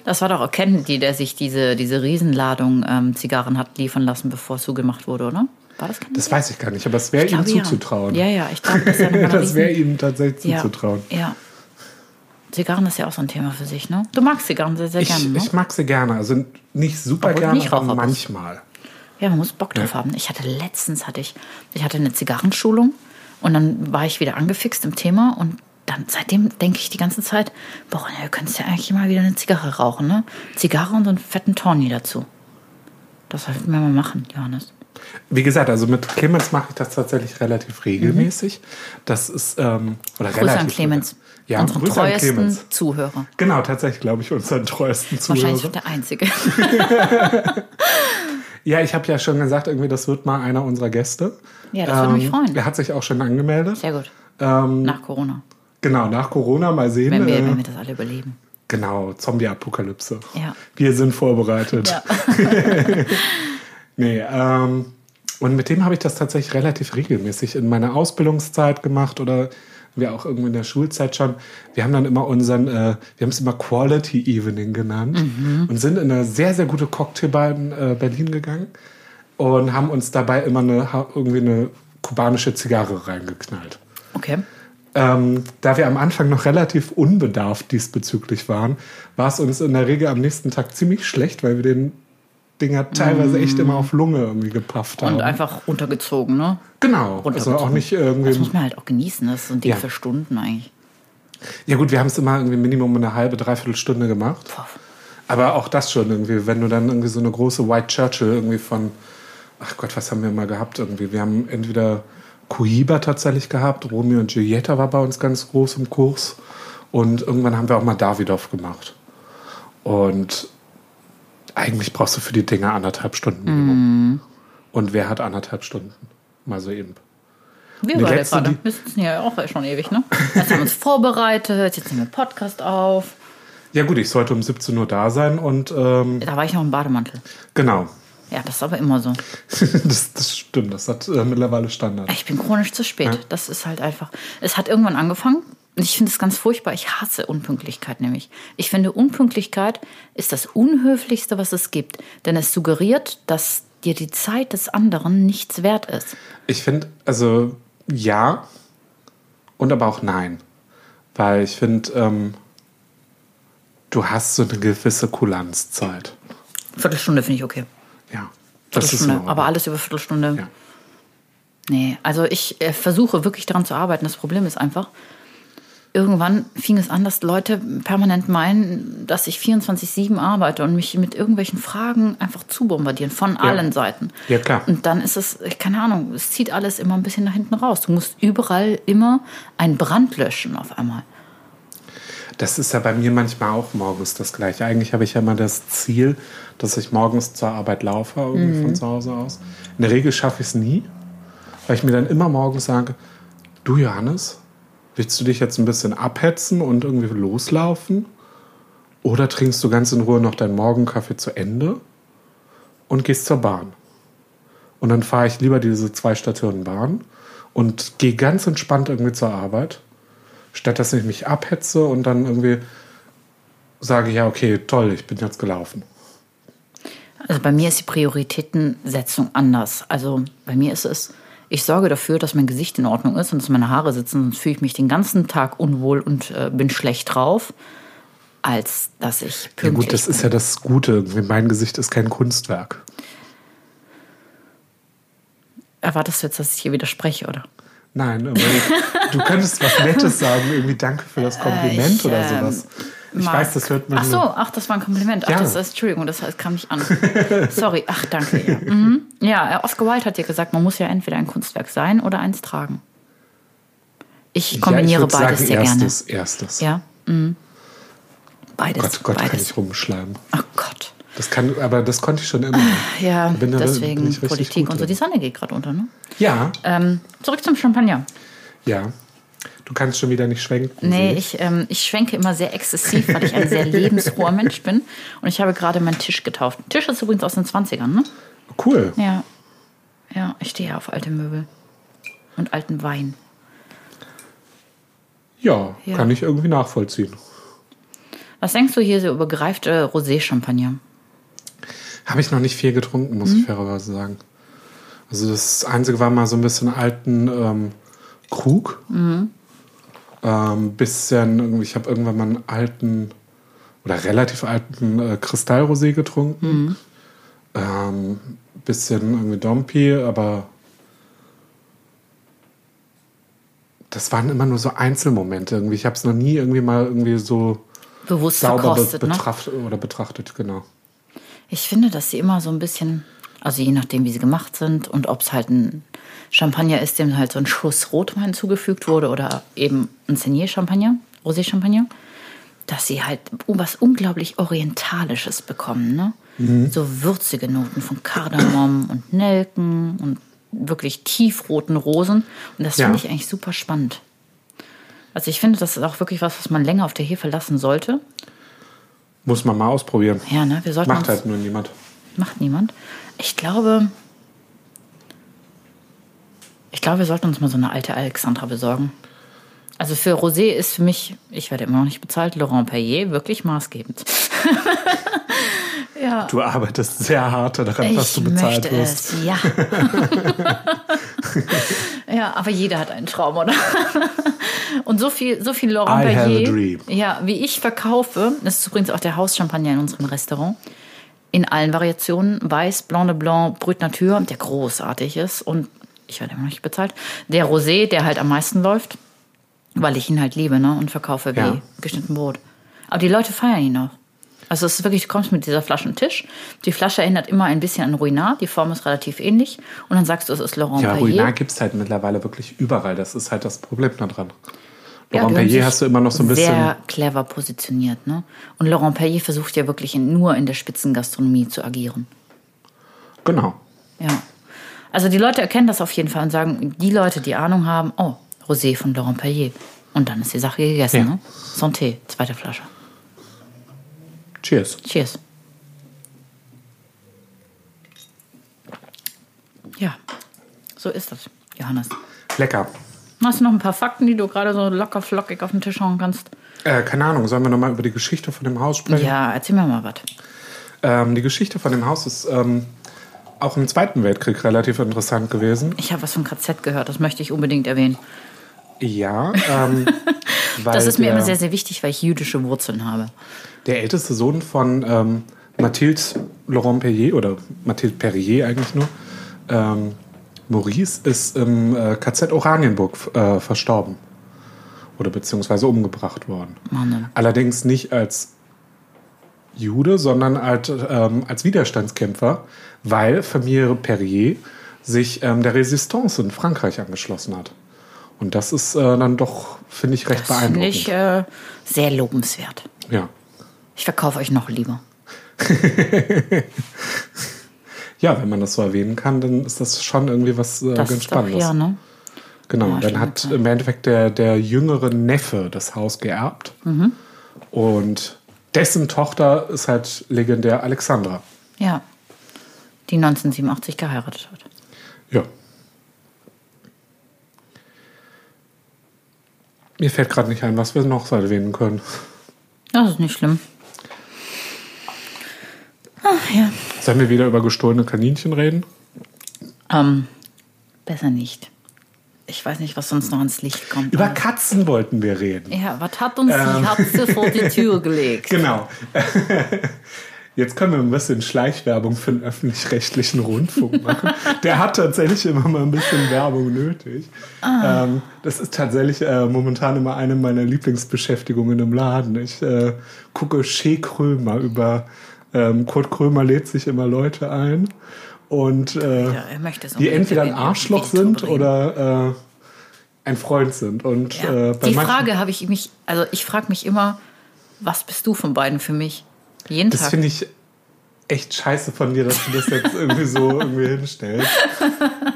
S2: Das war doch auch Kennedy, der sich diese, diese Riesenladung ähm, Zigarren hat liefern lassen, bevor es zugemacht wurde, oder? War das Kennedy?
S3: das weiß ich gar nicht, aber es wäre ihm
S2: glaube, ja.
S3: zuzutrauen.
S2: Ja, ja, ich glaube, das ist ja
S3: (laughs)
S2: nochmal
S3: Das wäre ihm tatsächlich
S2: ja,
S3: zuzutrauen.
S2: Ja. Zigarren ist ja auch so ein Thema für sich, ne? Du magst Zigarren sehr, sehr
S3: Ich,
S2: gerne, ne?
S3: ich mag sie gerne, also nicht super
S2: Obwohl du
S3: gerne,
S2: nicht
S3: aber
S2: Raucher bist.
S3: manchmal.
S2: Ja, man muss Bock drauf haben. Ich hatte letztens hatte ich, ich hatte eine Zigarrenschulung und dann war ich wieder angefixt im Thema und dann seitdem denke ich die ganze Zeit, boah, na, du könntest ja eigentlich mal wieder eine Zigarre rauchen, ne? Zigarre und so einen fetten Tawny dazu. Das sollten wir mal machen, Johannes.
S3: Wie gesagt, also mit Clemens mache ich das tatsächlich relativ regelmäßig. Das ist, ähm, oder
S2: Mhm. Grüße
S3: relativ
S2: an Clemens.
S3: Ja,
S2: unseren
S3: Grüße an
S2: treuesten
S3: Clemens.
S2: Zuhörer.
S3: Genau, tatsächlich glaube ich unseren treuesten
S2: Wahrscheinlich
S3: Zuhörer.
S2: der einzige. (laughs)
S3: Ja, ich habe ja schon gesagt, irgendwie das wird mal einer unserer Gäste. Ähm,
S2: Ja, das würde mich freuen.
S3: Er hat sich auch schon angemeldet.
S2: Sehr gut.
S3: Ähm,
S2: Nach Corona.
S3: genau, nach Corona mal sehen.
S2: Wenn wir,
S3: äh,
S2: wenn wir das alle überleben.
S3: Genau, Zombie-Apokalypse.
S2: Ja.
S3: Wir sind vorbereitet.
S2: Ja.
S3: (laughs) Nee, ähm, und mit dem habe ich das tatsächlich relativ regelmäßig in meiner Ausbildungszeit gemacht oder wir auch irgendwie in der Schulzeit schon. Wir haben dann immer unseren, äh, wir haben es immer Quality Evening genannt
S2: Mhm.
S3: und sind in eine sehr, sehr gute Cocktailbar in äh, Berlin gegangen und haben uns dabei immer eine, ha- irgendwie eine kubanische Zigarre reingeknallt.
S2: Okay.
S3: Ähm, da wir am Anfang noch relativ unbedarft diesbezüglich waren, war es uns in der Regel am nächsten Tag ziemlich schlecht, weil wir den Dinger teilweise echt immer auf Lunge irgendwie gepafft haben.
S2: Und einfach runtergezogen, ne?
S3: genau, also auch nicht irgendwie.
S2: Das muss man halt auch genießen. Das ist so ein Ding
S3: Ja.
S2: für Stunden eigentlich.
S3: Ja gut, wir haben es immer irgendwie Minimum eine halbe, dreiviertel Stunde gemacht.
S2: Boah.
S3: Aber auch das schon irgendwie, wenn du dann irgendwie so eine große White Churchill irgendwie von, ach Gott, was haben wir mal gehabt irgendwie? Wir haben entweder Cohiba tatsächlich gehabt, Romeo und Giulietta war bei uns ganz groß im Kurs und irgendwann haben wir auch mal Davidoff gemacht. Und eigentlich brauchst du für die Dinger anderthalb Stunden Minimum. Und wer hat anderthalb Stunden? Mal so eben.
S2: Wir
S3: Die
S2: beide
S3: letzte,
S2: gerade.
S3: die-
S2: Wir sitzen ja auch schon ewig, ne? Jetzt haben wir uns vorbereitet, jetzt nehmen wir Podcast auf.
S3: Ja gut, ich sollte um 17 Uhr da sein und ähm,
S2: Da war ich noch im Bademantel.
S3: genau. (laughs)
S2: Ja, das ist aber immer so.
S3: das, das stimmt, das hat äh, mittlerweile Standard.
S2: Ich bin chronisch zu spät. Das ist halt einfach. Es hat irgendwann angefangen. Und ich finde es ganz furchtbar. Ich hasse Unpünktlichkeit nämlich. Ich finde, Unpünktlichkeit ist das Unhöflichste, was es gibt. Denn es suggeriert, dass dir die Zeit des anderen nichts wert ist.
S3: Ich finde, also ja und aber auch nein. Weil ich finde, ähm, du hast so eine gewisse Kulanzzeit.
S2: Viertelstunde finde ich okay.
S3: Ja, das ist in
S2: Viertelstunde.
S3: Ordnung.
S2: Aber alles über Viertelstunde.
S3: Ja.
S2: Nee, also ich äh, versuche wirklich daran zu arbeiten. Das Problem ist einfach, irgendwann fing es an, dass Leute permanent meinen, dass ich 24-7 arbeite und mich mit irgendwelchen Fragen einfach zubombardieren, von allen Seiten.
S3: Ja, klar.
S2: Und dann ist es, äh, keine Ahnung, es zieht alles immer ein bisschen nach hinten raus. Du musst überall immer einen Brand löschen auf einmal.
S3: Das ist ja bei mir manchmal auch morgens das Gleiche. Eigentlich habe ich ja immer das Ziel, dass ich morgens zur Arbeit laufe, irgendwie von zu Hause aus. In der Regel schaffe ich es nie, weil ich mir dann immer morgens sage, du Johannes, willst du dich jetzt ein bisschen abhetzen und irgendwie loslaufen? Oder trinkst du ganz in Ruhe noch deinen Morgenkaffee zu Ende und gehst zur Bahn? Und dann fahre ich lieber diese zwei Stationen Bahn und gehe ganz entspannt irgendwie zur Arbeit statt dass ich mich abhetze und dann irgendwie sage, ja, okay, toll, ich bin jetzt gelaufen.
S2: Also bei mir ist die Prioritätensetzung anders. Also bei mir ist es, ich sorge dafür, dass mein Gesicht in Ordnung ist und dass meine Haare sitzen, sonst fühle ich mich den ganzen Tag unwohl und äh, bin schlecht drauf, als dass ich
S3: Ja,
S2: pünktlich
S3: gut, das
S2: bin.
S3: ist ja das Gute. Irgendwie mein Gesicht ist kein Kunstwerk.
S2: Erwartest du jetzt, dass ich hier widerspreche, oder?
S3: Nein, aber (laughs) du könntest was Nettes sagen, irgendwie danke für das Kompliment
S2: ich,
S3: oder
S2: ähm,
S3: sowas. Äh, Ich
S2: Mark.
S3: weiß, das hört man
S2: Ach so, ach, das war ein Kompliment. Ach,
S3: Ja.
S2: das ist, Entschuldigung, das kam nicht an. Sorry, ach, danke. Ja,
S3: (laughs)
S2: mhm. ja äh, Oscar Wilde hat ja gesagt, man muss ja entweder ein Kunstwerk sein oder eins tragen. Ich kombiniere
S3: würd
S2: beides sehr gerne.
S3: erstes, Erstes.
S2: Ja. Mhm. Beides.
S3: Gott, Gott, kann
S2: beides.
S3: ich rumschleimen.
S2: Ach Gott.
S3: Das kann, aber das konnte ich schon (laughs) immer.
S2: Ja,
S3: Bin da- bin
S2: deswegen
S3: ich richtig
S2: Politik
S3: gut
S2: und so.
S3: drin.
S2: Die Sonne geht gerade unter, ne?
S3: Ja,
S2: Ähm, zurück zum Champagner.
S3: ja. Du kannst schon wieder nicht schwenken.
S2: Nee,
S3: sehe
S2: ich, ähm, ich schwenke immer sehr exzessiv, weil ich ein
S3: (laughs)
S2: sehr lebensfroher Mensch bin. Und ich habe gerade meinen Tisch getauft. Tisch ist übrigens aus den 20ern, ne?
S3: Cool.
S2: Ja. Ja, ich stehe ja auf alte Möbel. Und alten Wein.
S3: Ja,
S2: Ja.
S3: kann ich irgendwie nachvollziehen.
S2: Was denkst du hier so über gereifte Rosé-Champagner?
S3: Habe ich noch nicht viel getrunken, muss
S2: Mhm.
S3: ich fairerweise sagen. Also das Einzige war mal so ein bisschen alten ähm, Krug.
S2: Mhm.
S3: Ähm, bisschen, irgendwie- ich habe irgendwann mal einen alten oder relativ alten äh, Kristallrosé getrunken.
S2: Mhm.
S3: Ähm, bisschen irgendwie Dompi, aber das waren immer nur so Einzelmomente. Irgendwie. Ich habe es noch nie irgendwie mal irgendwie so
S2: Bewusst
S3: sauber be
S2: verkostet, ne?
S3: betrachtet oder betrachtet, genau.
S2: Ich finde, dass sie immer so ein bisschen Also je nachdem, wie sie gemacht sind und ob es halt ein Champagner ist, dem halt so ein Schuss Rotwein hinzugefügt wurde oder eben ein Senier-Champagner, Rosé-Champagner, dass sie halt was unglaublich Orientalisches bekommen. Ne?
S3: Mhm.
S2: So würzige Noten von Kardamom und Nelken und wirklich tiefroten Rosen. Und das
S3: Ja.
S2: finde ich eigentlich super spannend. Also ich finde, das ist auch wirklich was, was man länger auf der Hefe lassen sollte.
S3: Muss man mal ausprobieren.
S2: Ja, ne? Wir sollten
S3: Macht
S2: uns,
S3: halt nur niemand.
S2: Macht niemand. Ich glaube. Ich glaube, wir sollten uns mal so eine alte Alexandra besorgen. Also für Rosé ist für mich, ich werde immer noch nicht bezahlt, Laurent Perrier wirklich maßgebend.
S3: Du arbeitest sehr hart daran, dass du bezahlt
S2: möchte
S3: wirst.
S2: es, ja. (laughs) ja, aber jeder hat einen Traum, oder? Und so viel, so viel Laurent
S3: I have a
S2: Perrier,
S3: dream.
S2: ja, wie ich verkaufe, das ist übrigens auch der Hauschampagner in unserem Restaurant, in allen Variationen, weiß, blanc de blanc, brut nature, der großartig ist und ich werde immer noch nicht bezahlt, der Rosé, der halt am meisten läuft, weil ich ihn halt liebe, ne, und verkaufe wie
S3: Ja.
S2: geschnitten Brot. Aber die Leute feiern ihn auch. Also es ist wirklich, du kommst mit dieser Flasche am Tisch, die Flasche erinnert immer ein bisschen an Ruinard, die Form ist relativ ähnlich und dann sagst du, es ist Laurent
S3: Ja,
S2: Perrier.
S3: Ruinar gibt es halt mittlerweile wirklich überall. Das ist halt das Problem da dran.
S2: Ja,
S3: Laurent
S2: die haben
S3: Perrier
S2: sich
S3: hast du immer noch so ein bisschen.
S2: Sehr clever positioniert, ne? Und Laurent Perrier versucht ja wirklich in, nur in der Spitzengastronomie zu agieren.
S3: Genau.
S2: Ja. Also die Leute erkennen das auf jeden Fall und sagen, die Leute, die Ahnung haben, oh, Rosé von Laurent Perrier. Und dann ist die Sache gegessen,
S3: Ja.
S2: ne? Santé, zweite Flasche.
S3: Cheers.
S2: Cheers. Ja, so ist das, Johannes.
S3: Lecker.
S2: Hast du noch ein paar Fakten, die du gerade so locker flockig auf den Tisch hauen kannst?
S3: Äh, keine Ahnung, sollen wir nochmal über die Geschichte von dem Haus sprechen?
S2: Ja, erzähl mir mal was.
S3: Ähm, die Geschichte von dem Haus ist ähm, auch im Zweiten Weltkrieg relativ interessant gewesen.
S2: Ich habe was von KZ gehört, das möchte ich unbedingt erwähnen.
S3: Ja, ähm,
S2: (laughs)
S3: weil
S2: Das ist mir
S3: der,
S2: immer sehr, sehr wichtig, weil ich jüdische Wurzeln habe.
S3: der älteste Sohn von ähm, Mathilde Laurent Perrier oder Mathilde Perrier eigentlich nur, ähm, Maurice, ist im äh, KZ Oranienburg f- äh, verstorben oder beziehungsweise umgebracht worden.
S2: Mann.
S3: Allerdings nicht als Jude, sondern halt, ähm, als Widerstandskämpfer, weil Familie Perrier sich ähm, der Resistance in Frankreich angeschlossen hat. Und das ist äh, dann doch, finde ich, recht
S2: Das finde
S3: beeindruckend.
S2: ich äh, sehr lobenswert.
S3: Ja.
S2: Ich verkaufe euch noch lieber.
S3: ja, wenn man das so erwähnen kann, dann ist das schon irgendwie was äh,
S2: Das
S3: ganz
S2: ist doch
S3: Spannendes.
S2: ja, ne?
S3: Genau,
S2: Ja,
S3: dann
S2: schon
S3: hat
S2: geil.
S3: im Endeffekt der, der jüngere Neffe das Haus geerbt.
S2: Mhm.
S3: Und dessen Tochter ist halt legendär Alexandra.
S2: Ja. Die 1987 geheiratet hat.
S3: Ja. Mir fällt gerade nicht ein, was wir noch so erwähnen können.
S2: Das ist nicht schlimm. Ach ja.
S3: Sollen wir wieder über gestohlene Kaninchen reden?
S2: Ähm, besser nicht. Ich weiß nicht, was sonst noch ans Licht kommt.
S3: Über
S2: aber-
S3: Katzen wollten wir reden.
S2: ja, was hat uns die Katze vor die
S3: (laughs)
S2: Tür gelegt?
S3: Genau. Jetzt können wir ein bisschen Schleichwerbung für den öffentlich-rechtlichen Rundfunk machen. Der hat tatsächlich immer mal ein bisschen Werbung nötig.
S2: Ah.
S3: Ähm, das ist tatsächlich äh, momentan immer eine meiner Lieblingsbeschäftigungen im Laden. Ich äh, gucke Shea Krömer über ähm, Kurt Krömer lädt sich immer Leute ein und äh,
S2: Ja, er möchte es
S3: die
S2: unbedingt
S3: entweder ein
S2: in- in
S3: Arschloch
S2: Veto
S3: sind
S2: bringen.
S3: oder äh, ein Freund sind. Und
S2: Ja.
S3: äh, bei
S2: die
S3: manchen-
S2: Frage habe ich mich, also ich frage mich immer, was bist du von beiden für mich? Jeden
S3: Das
S2: Tag.
S3: finde ich echt scheiße von dir, dass du das jetzt
S2: (laughs)
S3: irgendwie so irgendwie hinstellst.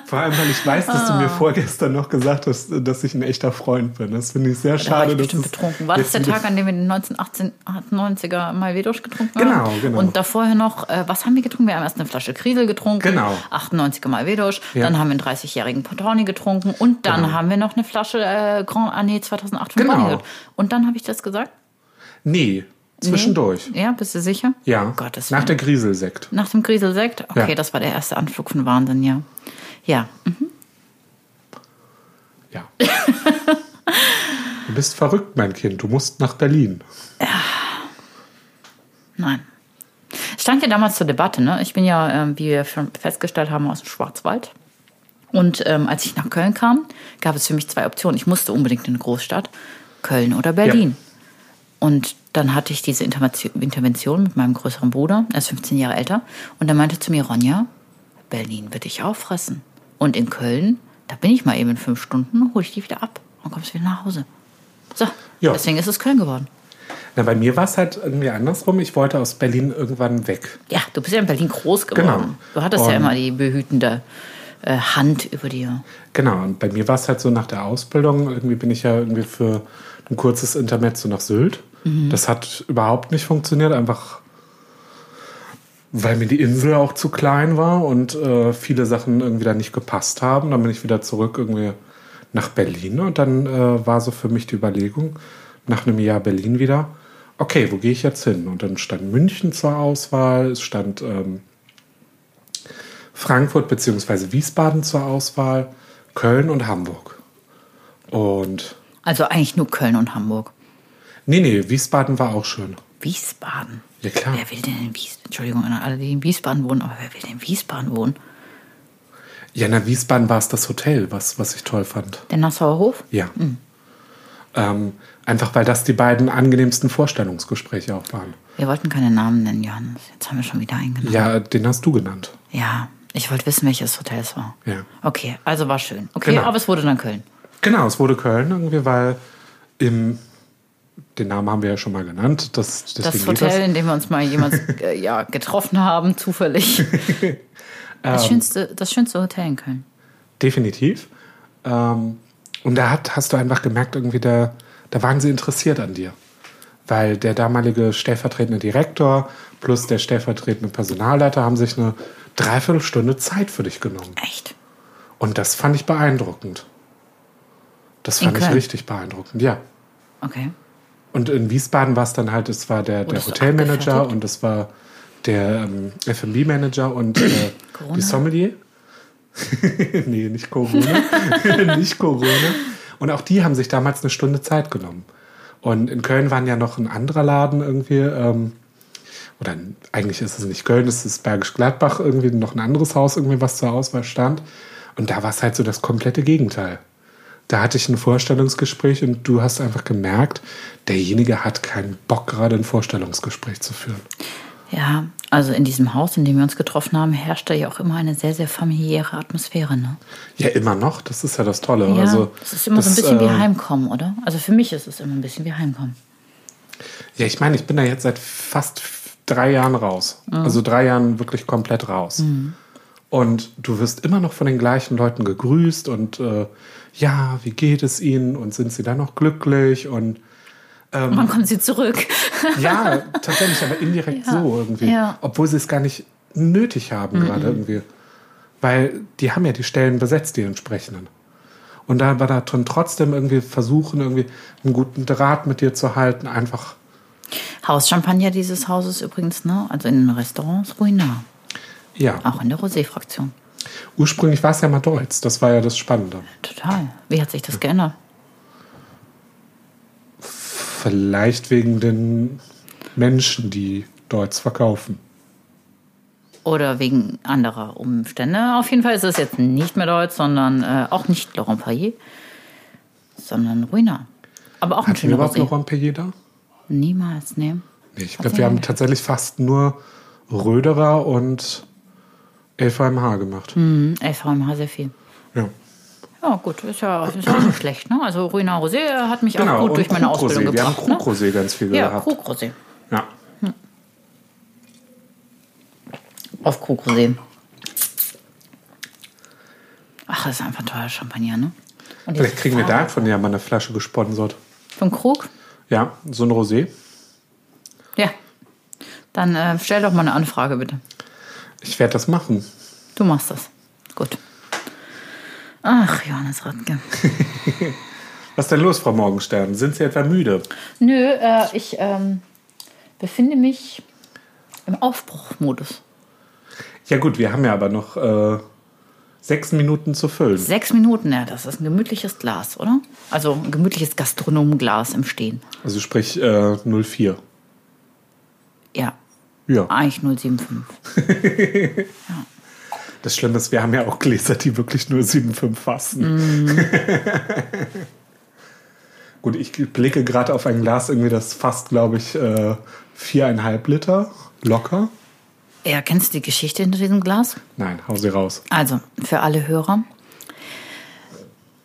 S3: Vor allem, weil ich weiß, dass du
S2: Ah.
S3: mir vorgestern noch gesagt hast, dass ich ein echter Freund bin. Das finde ich sehr
S2: Da war
S3: schade.
S2: ich
S3: dass
S2: bestimmt
S3: es
S2: betrunken. War das
S3: jetzt
S2: der
S3: wieder-
S2: Tag, an dem wir den 1998er Malvedosch getrunken
S3: Genau,
S2: haben?
S3: genau.
S2: Und da vorher noch, äh, was haben wir getrunken? Wir haben erst eine Flasche Kriesel getrunken,
S3: Genau.
S2: 98er Malvedosch,
S3: Ja.
S2: dann haben wir einen 30-jährigen Portoni getrunken und dann haben wir noch eine Flasche äh, Grand Année 2008 von
S3: Genau.
S2: Bonny getrunken. Und dann habe ich das gesagt?
S3: Nee, zwischendurch.
S2: Ja, bist du sicher?
S3: Ja,
S2: Mhm. Um Gottes
S3: nach
S2: Willen.
S3: der Grieselsekt.
S2: Nach dem Grieselsekt? Okay,
S3: Ja.
S2: das war der erste Anflug von Wahnsinn, ja. Ja, mhm. (laughs)
S3: Ja. du bist verrückt, mein Kind. Du musst nach Berlin.
S2: nein. Es stand ja damals zur Debatte, ne? Ich bin ja, ähm, wie wir schon festgestellt haben, aus dem Schwarzwald. Und ähm, als ich nach Köln kam, gab es für mich zwei Optionen. Ich musste unbedingt in eine Großstadt, Köln oder Berlin. Und dann hatte ich diese Intervention- Intervention mit meinem größeren Bruder, er ist 15 Jahre älter. Und er meinte zu mir, Ronja, Berlin wird dich auffressen. Und in Köln, da bin ich mal eben in fünf Stunden, hole ich die wieder ab und kommst wieder nach Hause. So,
S3: Ja.
S2: deswegen ist es Köln geworden.
S3: Na, bei mir war es halt irgendwie andersrum. Ich wollte aus Berlin irgendwann weg.
S2: Ja, du bist ja in Berlin groß geworden.
S3: Genau.
S2: Du hattest
S3: Und-
S2: ja immer die behütende äh, Hand über dir.
S3: Genau, und bei mir war es halt so nach der Ausbildung, irgendwie bin ich ja irgendwie für ein kurzes Intermezzo nach Sylt. Das hat überhaupt nicht funktioniert, einfach weil mir die Insel auch zu klein war und äh, viele Sachen irgendwie da nicht gepasst haben. Dann bin ich wieder zurück irgendwie nach Berlin und dann äh, war so für mich die Überlegung, nach einem Jahr Berlin wieder, okay, wo gehe ich jetzt hin? Und dann stand München zur Auswahl, es stand... Ähm, Frankfurt bzw. Wiesbaden zur Auswahl, Köln und Hamburg. Und
S2: Also eigentlich nur Köln und Hamburg.
S3: nee, nee, Wiesbaden war auch schön.
S2: Wiesbaden.
S3: Ja, klar.
S2: Wer will denn in Wiesbaden? Entschuldigung an alle, die in Wiesbaden wohnen, aber wer will denn in Wiesbaden wohnen?
S3: Ja, na, Wiesbaden war es das Hotel, was, was ich toll fand.
S2: Der Nassauer Hof?
S3: Ja. Ähm, einfach weil das die beiden angenehmsten Vorstellungsgespräche auch waren.
S2: Wir wollten keine Namen nennen, Johannes. Jetzt haben wir schon wieder einen genannt.
S3: Ja, den hast du genannt.
S2: Ja. Ich wollte wissen, welches Hotel es war.
S3: Ja.
S2: Okay, also war schön. Okay,
S3: Genau.
S2: aber es wurde dann Köln.
S3: Genau, es wurde Köln irgendwie, weil im. Den Namen haben wir ja schon mal genannt. Das, deswegen
S2: Das
S3: geht
S2: Hotel, in dem wir uns mal
S3: (laughs)
S2: jemals äh, ja, getroffen haben, zufällig.
S3: Ähm.
S2: Das schönste, das schönste Hotel in Köln.
S3: Definitiv. Ähm, und da hat, hast du einfach gemerkt, irgendwie da, da waren sie interessiert an dir. Weil der damalige stellvertretende Direktor plus der stellvertretende Personalleiter haben sich eine Dreiviertelstunde Zeit für dich genommen.
S2: Echt?
S3: Und das fand ich beeindruckend. Das
S2: In
S3: fand ich
S2: Köln?
S3: richtig beeindruckend, ja.
S2: Okay.
S3: Und in Wiesbaden war es dann halt, es war der, der
S2: Oh, das so
S3: Hotelmanager
S2: abgefertigt?
S3: und es war der ähm, FB-Manager und äh,
S2: Corona?
S3: die Sommelier. (laughs) nee, nicht Corona. (laughs) nicht Corona. Und auch die haben sich damals eine Stunde Zeit genommen. Und in Köln waren ja noch ein anderer Laden irgendwie, ähm, oder eigentlich ist es nicht Köln, es ist Bergisch Gladbach, irgendwie noch ein anderes Haus, irgendwie was zur Auswahl stand. Und da war es halt so das komplette Gegenteil. Da hatte ich ein Vorstellungsgespräch und du hast einfach gemerkt, derjenige hat keinen Bock, gerade ein Vorstellungsgespräch zu führen.
S2: Ja, also in diesem Haus, in dem wir uns getroffen haben, herrschte ja auch immer eine sehr, sehr familiäre Atmosphäre. Ne?
S3: Ja, immer noch, das ist ja das Tolle.
S2: Ja,
S3: also,
S2: es ist immer so ein bisschen
S3: äh,
S2: wie Heimkommen, oder? Also für mich ist es immer ein bisschen wie Heimkommen.
S3: Ja, ich meine, ich bin da jetzt seit fast f- drei Jahren raus. Also drei Jahren wirklich komplett raus.
S2: Mhm.
S3: Und du wirst immer noch von den gleichen Leuten gegrüßt und äh, ja, wie geht es ihnen und sind sie da noch glücklich und Ähm,
S2: Wann kommen sie zurück? (laughs)
S3: ja, tatsächlich, aber indirekt so irgendwie.
S2: ja. Mhm.
S3: Obwohl sie es gar nicht nötig haben gerade irgendwie. Weil die haben ja die Stellen besetzt, die entsprechenden. Und da war da drin trotzdem irgendwie versuchen, irgendwie einen guten Draht mit dir zu halten, einfach.
S2: Hauschampagner dieses Hauses übrigens, ne? Also in den Restaurants Ruinar,
S3: Ja,
S2: auch in der Rosé-Fraktion.
S3: ursprünglich war es ja mal Deutsch, das war ja das Spannende.
S2: Total. Wie hat sich das geändert?
S3: Vielleicht wegen den Menschen, die Deutsch verkaufen.
S2: Oder wegen anderer Umstände. Auf jeden Fall ist es jetzt nicht mehr Deutsch, sondern äh, auch nicht Laurent Payet, sondern Ruinar. Aber auch ein
S3: Hatten wir
S2: schöner
S3: überhaupt noch
S2: Rosé.
S3: Rompier da?
S2: Niemals, ne?
S3: Nee, ich glaube, wir haben tatsächlich fast nur Röderer und LVMH gemacht.
S2: Mhm, LVMH sehr viel.
S3: Ja.
S2: Ja, gut, ist ja, ist ja auch nicht schlecht. Ne? Also Ruinar Rosé hat mich auch gut
S3: Genau, und
S2: durch meine
S3: Krugrosé.
S2: Ausbildung
S3: Wir haben
S2: gebracht. Ne?
S3: Krugrosé ganz viel
S2: Ja,
S3: gehabt.
S2: Krug Rosé.
S3: Ja.
S2: Auf Krug Rosé. Ach, das ist einfach teuer Champagner, ne? Und
S3: Vielleicht
S2: diese
S3: kriegen wir
S2: Farbe
S3: davon ja mal eine Flasche gesponsert.
S2: Vom Krug?
S3: Ja, so ein Rosé.
S2: Ja. Dann äh, stell doch mal eine Anfrage, bitte.
S3: Ich werde das machen.
S2: Du machst das. Gut. Ach, Johannes Radke.
S3: Was ist denn los, Frau Morgenstern? Sind Sie etwa müde?
S2: Nö, äh, ich ähm, befinde mich im Aufbruchmodus.
S3: Ja gut, wir haben ja aber noch äh, sechs Minuten zu füllen.
S2: Sechs Minuten, ja, das ist ein gemütliches Glas, oder? Also ein gemütliches Gastronomenglas im Stehen.
S3: Also sprich äh, 04.
S2: Ja,
S3: Ja.
S2: eigentlich 075.
S3: Das Schlimme ist, wir haben ja auch Gläser, die wirklich nur 7,5 fassen.
S2: Mhm.
S3: (laughs) gut, ich blicke gerade auf ein Glas, irgendwie das fasst, glaube ich, äh, viereinhalb Liter. Locker.
S2: Ja, kennst du die Geschichte hinter diesem Glas?
S3: Nein, hau sie raus.
S2: Also, für alle Hörer.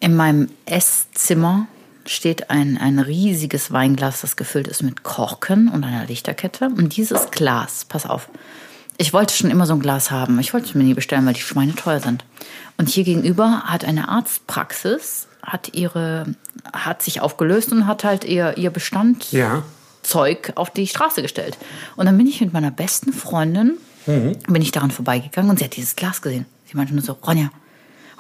S2: In meinem Esszimmer steht ein, ein riesiges Weinglas, das gefüllt ist mit Korken und einer Lichterkette. Und dieses Glas, pass auf, ich wollte schon immer so ein Glas haben. Ich wollte es mir nie bestellen, weil die Schweine teuer sind. Und hier gegenüber hat eine Arztpraxis, hat ihre, hat sich aufgelöst und hat halt ihr, ihr Bestand
S3: Ja.
S2: Zeug auf die Straße gestellt. Und dann bin ich mit meiner besten Freundin, bin ich daran vorbeigegangen und sie hat dieses Glas gesehen. Sie meinte nur so, Ronja,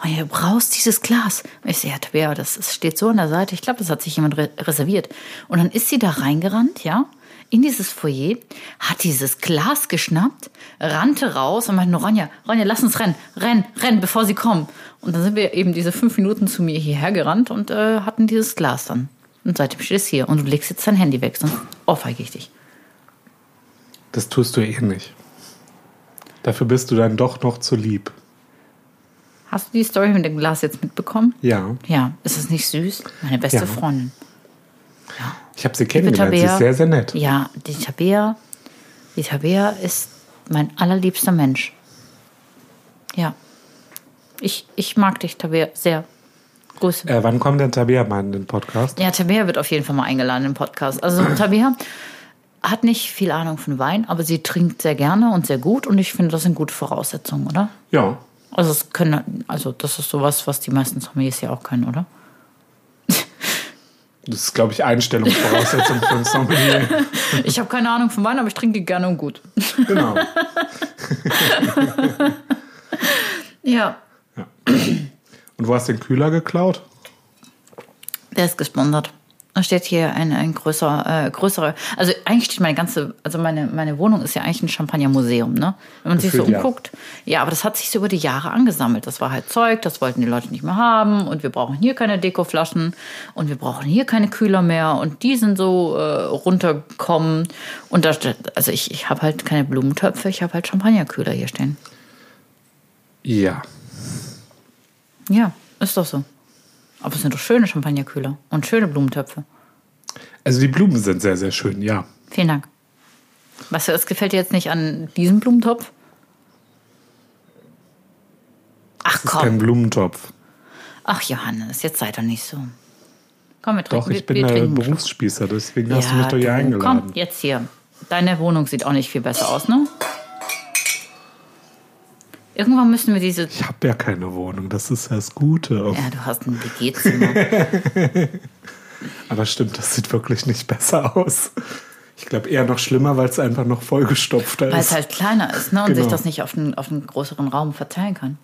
S2: Ronja, du brauchst dieses Glas. Und ich so, ja, Tabea, das ist- steht so an der Seite. Ich glaube, das hat sich jemand re reserviert. Und dann ist sie da reingerannt, ja, in dieses Foyer, hat dieses Glas geschnappt, rannte raus und meinte nur, Ronja, Ronja, lass uns rennen, rennen, rennen, bevor sie kommen. Und dann sind wir eben diese fünf Minuten zu mir hierher gerannt und äh, hatten dieses Glas dann. Und seitdem steht es hier. Und du legst jetzt dein Handy weg, sonst ohrfeige ich dich.
S3: Das tust du eh nicht. Dafür bist du dann doch noch zu lieb.
S2: Hast du die Story mit dem Glas jetzt mitbekommen?
S3: Ja.
S2: Ja, ist es nicht süß? Meine beste
S3: Ja.
S2: Freundin.
S3: Ich habe sie
S2: Liebe
S3: kennengelernt. Sie ist sehr, sehr nett.
S2: Ja, die Tabea. Die Tabea ist mein allerliebster Mensch. Ja. Ich, ich mag dich, Tabea, sehr. Grüße.
S3: Äh, wann kommt denn Tabea mal in den Podcast?
S2: Ja, Tabea wird auf jeden Fall mal eingeladen im Podcast.
S3: (clears throat)
S2: Also Tabea hat nicht viel Ahnung von Wein, aber sie trinkt sehr gerne und sehr gut. Und ich finde, das sind gute Voraussetzungen, oder?
S3: Ja.
S2: Also es können, also das ist sowas, was die meisten Sommeliers ja auch können, oder?
S3: Das ist, glaube ich, Einstellungsvoraussetzung für ein Sommelier.
S2: Ich habe keine Ahnung von Wein, aber ich trinke die gerne und gut.
S3: (laughs) Genau.
S2: Ja.
S3: Und wo hast du den Kühler geklaut?
S2: Der ist gesponsert. Da steht hier ein, ein größer, äh, größere, also eigentlich steht meine ganze, also meine, meine Wohnung ist ja eigentlich ein Champagnermuseum, ne? Wenn man sich so
S3: Gefühlt, ja.
S2: umguckt. Ja, aber das hat sich so über die Jahre angesammelt. Das war halt Zeug, das wollten die Leute nicht mehr haben und wir brauchen hier keine Dekoflaschen und wir brauchen hier keine Kühler mehr und die sind so äh, runtergekommen. Und da steht, also ich, ich habe halt keine Blumentöpfe, ich habe halt Champagnerkühler hier stehen.
S3: Ja.
S2: Ja, ist doch so. Aber es sind doch schöne Champagnerkühler und schöne Blumentöpfe.
S3: Also die Blumen sind sehr, sehr schön, ja.
S2: Vielen Dank. Was das gefällt dir jetzt nicht an diesem Blumentopf? Ach
S3: Das ist kein
S2: komm.
S3: Blumentopf.
S2: Ach Johannes, jetzt sei doch nicht so. Komm, wir trinken.
S3: Doch, ich
S2: wir,
S3: bin
S2: wir
S3: äh,
S2: trinken.
S3: Berufsspießer, deswegen hast du mich doch hier
S2: du,
S3: eingeladen.
S2: Komm, jetzt hier. Deine Wohnung sieht auch nicht viel besser aus, ne? Irgendwann müssen wir diese.
S3: Ich habe ja keine Wohnung, das ist ja das Gute. Oh
S2: Ja, du hast ein WG-Zimmer.
S3: Aber stimmt, das sieht wirklich nicht besser aus. Ich glaube eher noch schlimmer, weil es einfach noch vollgestopfter
S2: Weil
S3: ist.
S2: es halt kleiner ist, ne? Und sich
S3: Genau.
S2: das nicht auf einen, auf einen größeren Raum verteilen kann.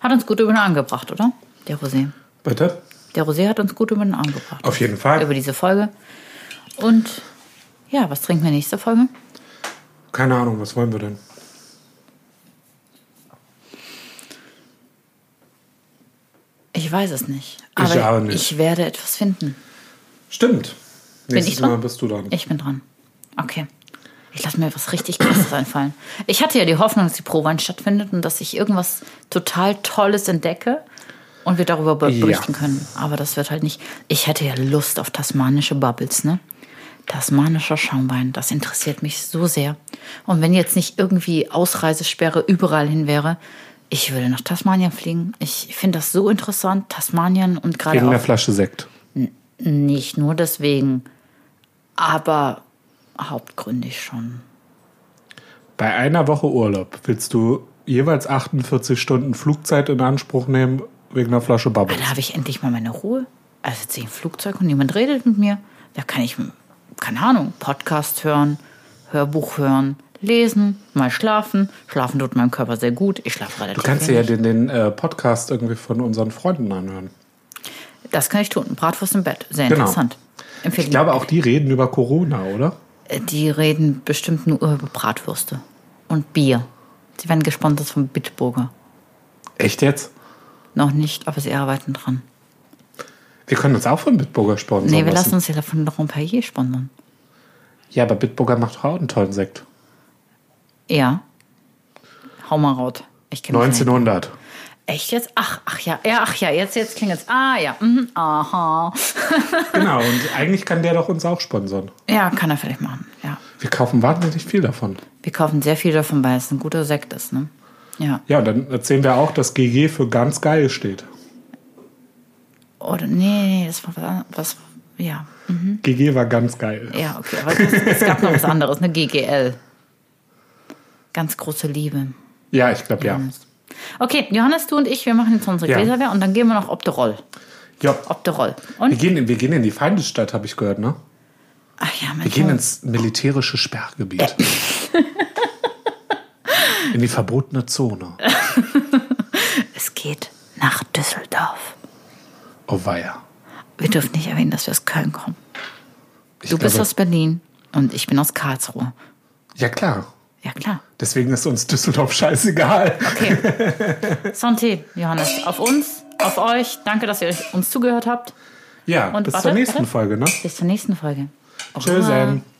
S2: Hat uns gut über den Arm gebracht, oder? Der Rosé.
S3: Bitte?
S2: Der Rosé hat uns gut über den Arm gebracht.
S3: Auf jeden Fall.
S2: Über diese Folge. Und ja, was trinken wir nächste Folge?
S3: Keine Ahnung, was wollen wir denn?
S2: Ich weiß es nicht.
S3: Ich
S2: Aber
S3: auch nicht.
S2: ich werde etwas finden.
S3: Stimmt. Nächstes
S2: ich dran?
S3: Mal bist du dran.
S2: Ich bin dran. Okay. Ich lasse mir was richtig Krasses (clears throat) einfallen. Ich hatte ja die Hoffnung, dass die Prowein stattfindet und dass ich irgendwas total Tolles entdecke und wir darüber be-
S3: Ja.
S2: berichten können. Aber das wird halt nicht. Ich hätte ja Lust auf tasmanische Bubbles, ne? Tasmanischer Schaumwein, das interessiert mich so sehr. Und wenn jetzt nicht irgendwie Ausreisesperre überall hin wäre, ich würde nach Tasmanien fliegen. Ich finde das so interessant, Tasmanien und gerade
S3: Wegen
S2: auch
S3: einer Flasche Sekt.
S2: nicht nur deswegen, aber hauptgründig schon.
S3: Bei einer Woche Urlaub willst du jeweils 48 Stunden Flugzeit in Anspruch nehmen wegen einer Flasche Bubble.
S2: Ah, Da habe ich endlich mal meine Ruhe. Also sitze ich im Flugzeug und niemand redet mit mir. Da kann ich, keine Ahnung, Podcast hören, Hörbuch hören, lesen, mal schlafen. Schlafen tut meinem Körper sehr gut. Ich schlafe relativ
S3: Du kannst dir ja
S2: wenig.
S3: den, den äh, Podcast irgendwie von unseren Freunden anhören.
S2: Das kann ich tun. Bratwurst im Bett. Sehr
S3: Genau.
S2: interessant. Empfehle
S3: Ich glaube, auch die reden über Corona, oder?
S2: Die reden bestimmt nur über Bratwürste und Bier. Sie werden gesponsert vom Bitburger.
S3: Echt jetzt?
S2: Noch nicht, aber sie arbeiten dran.
S3: Wir können uns auch von Bitburger sponsern
S2: Nee, wir
S3: lassen.
S2: lassen uns ja von Laurent Perrier sponsern.
S3: Ja, aber Bitburger macht doch auch einen tollen Sekt.
S2: Ja. Hau mal raut. Ich kenne
S3: 1900.
S2: Echt jetzt? Ach, ach ja. Ja, ach ja. Jetzt, jetzt klingelt's. Ah, ja. Mhm, aha.
S3: Genau, und eigentlich kann der doch uns auch sponsern.
S2: ja, kann er vielleicht machen. Ja.
S3: Wir kaufen wahnsinnig viel davon.
S2: Wir kaufen sehr viel davon, weil es ein guter Sekt ist, ne? Ja.
S3: Ja, und dann erzählen wir auch, dass GG für ganz geil steht.
S2: Oder nee, nee, das war was, an- was ja.
S3: GG war ganz geil.
S2: Hm? Ja, okay. Aber es, es gab noch was anderes, eine GGL. Ganz große Liebe.
S3: Ja, ich glaube ja.
S2: Okay, Johannes, du und ich, wir machen jetzt unsere
S3: Ja.
S2: Gläser leer und dann gehen wir noch ob der Roll.
S3: ja.
S2: Ob der Roll.
S3: Wir,
S2: Und
S3: gehen, in- wir gehen in die Feindesstadt, habe ich gehört, ne?
S2: ach ja, mein
S3: Wir gehen
S2: Gott.
S3: ins militärische Sperrgebiet. in die verbotene Zone.
S2: es geht nach Düsseldorf.
S3: Oh weia.
S2: Wir dürfen nicht erwähnen, dass wir aus Köln kommen.
S3: Ich
S2: Du bist
S3: glaube-
S2: aus Berlin und ich bin aus Karlsruhe.
S3: Ja, klar.
S2: Ja, klar.
S3: Deswegen ist uns Düsseldorf scheißegal.
S2: Okay. Santé, Johannes. Auf uns, auf euch. Danke, dass ihr euch- uns zugehört habt.
S3: Ja,
S2: Und
S3: bis
S2: warte,
S3: zur nächsten
S2: warte.
S3: Folge, ne?
S2: Bis zur nächsten Folge. Au revoir.
S3: Tschüss.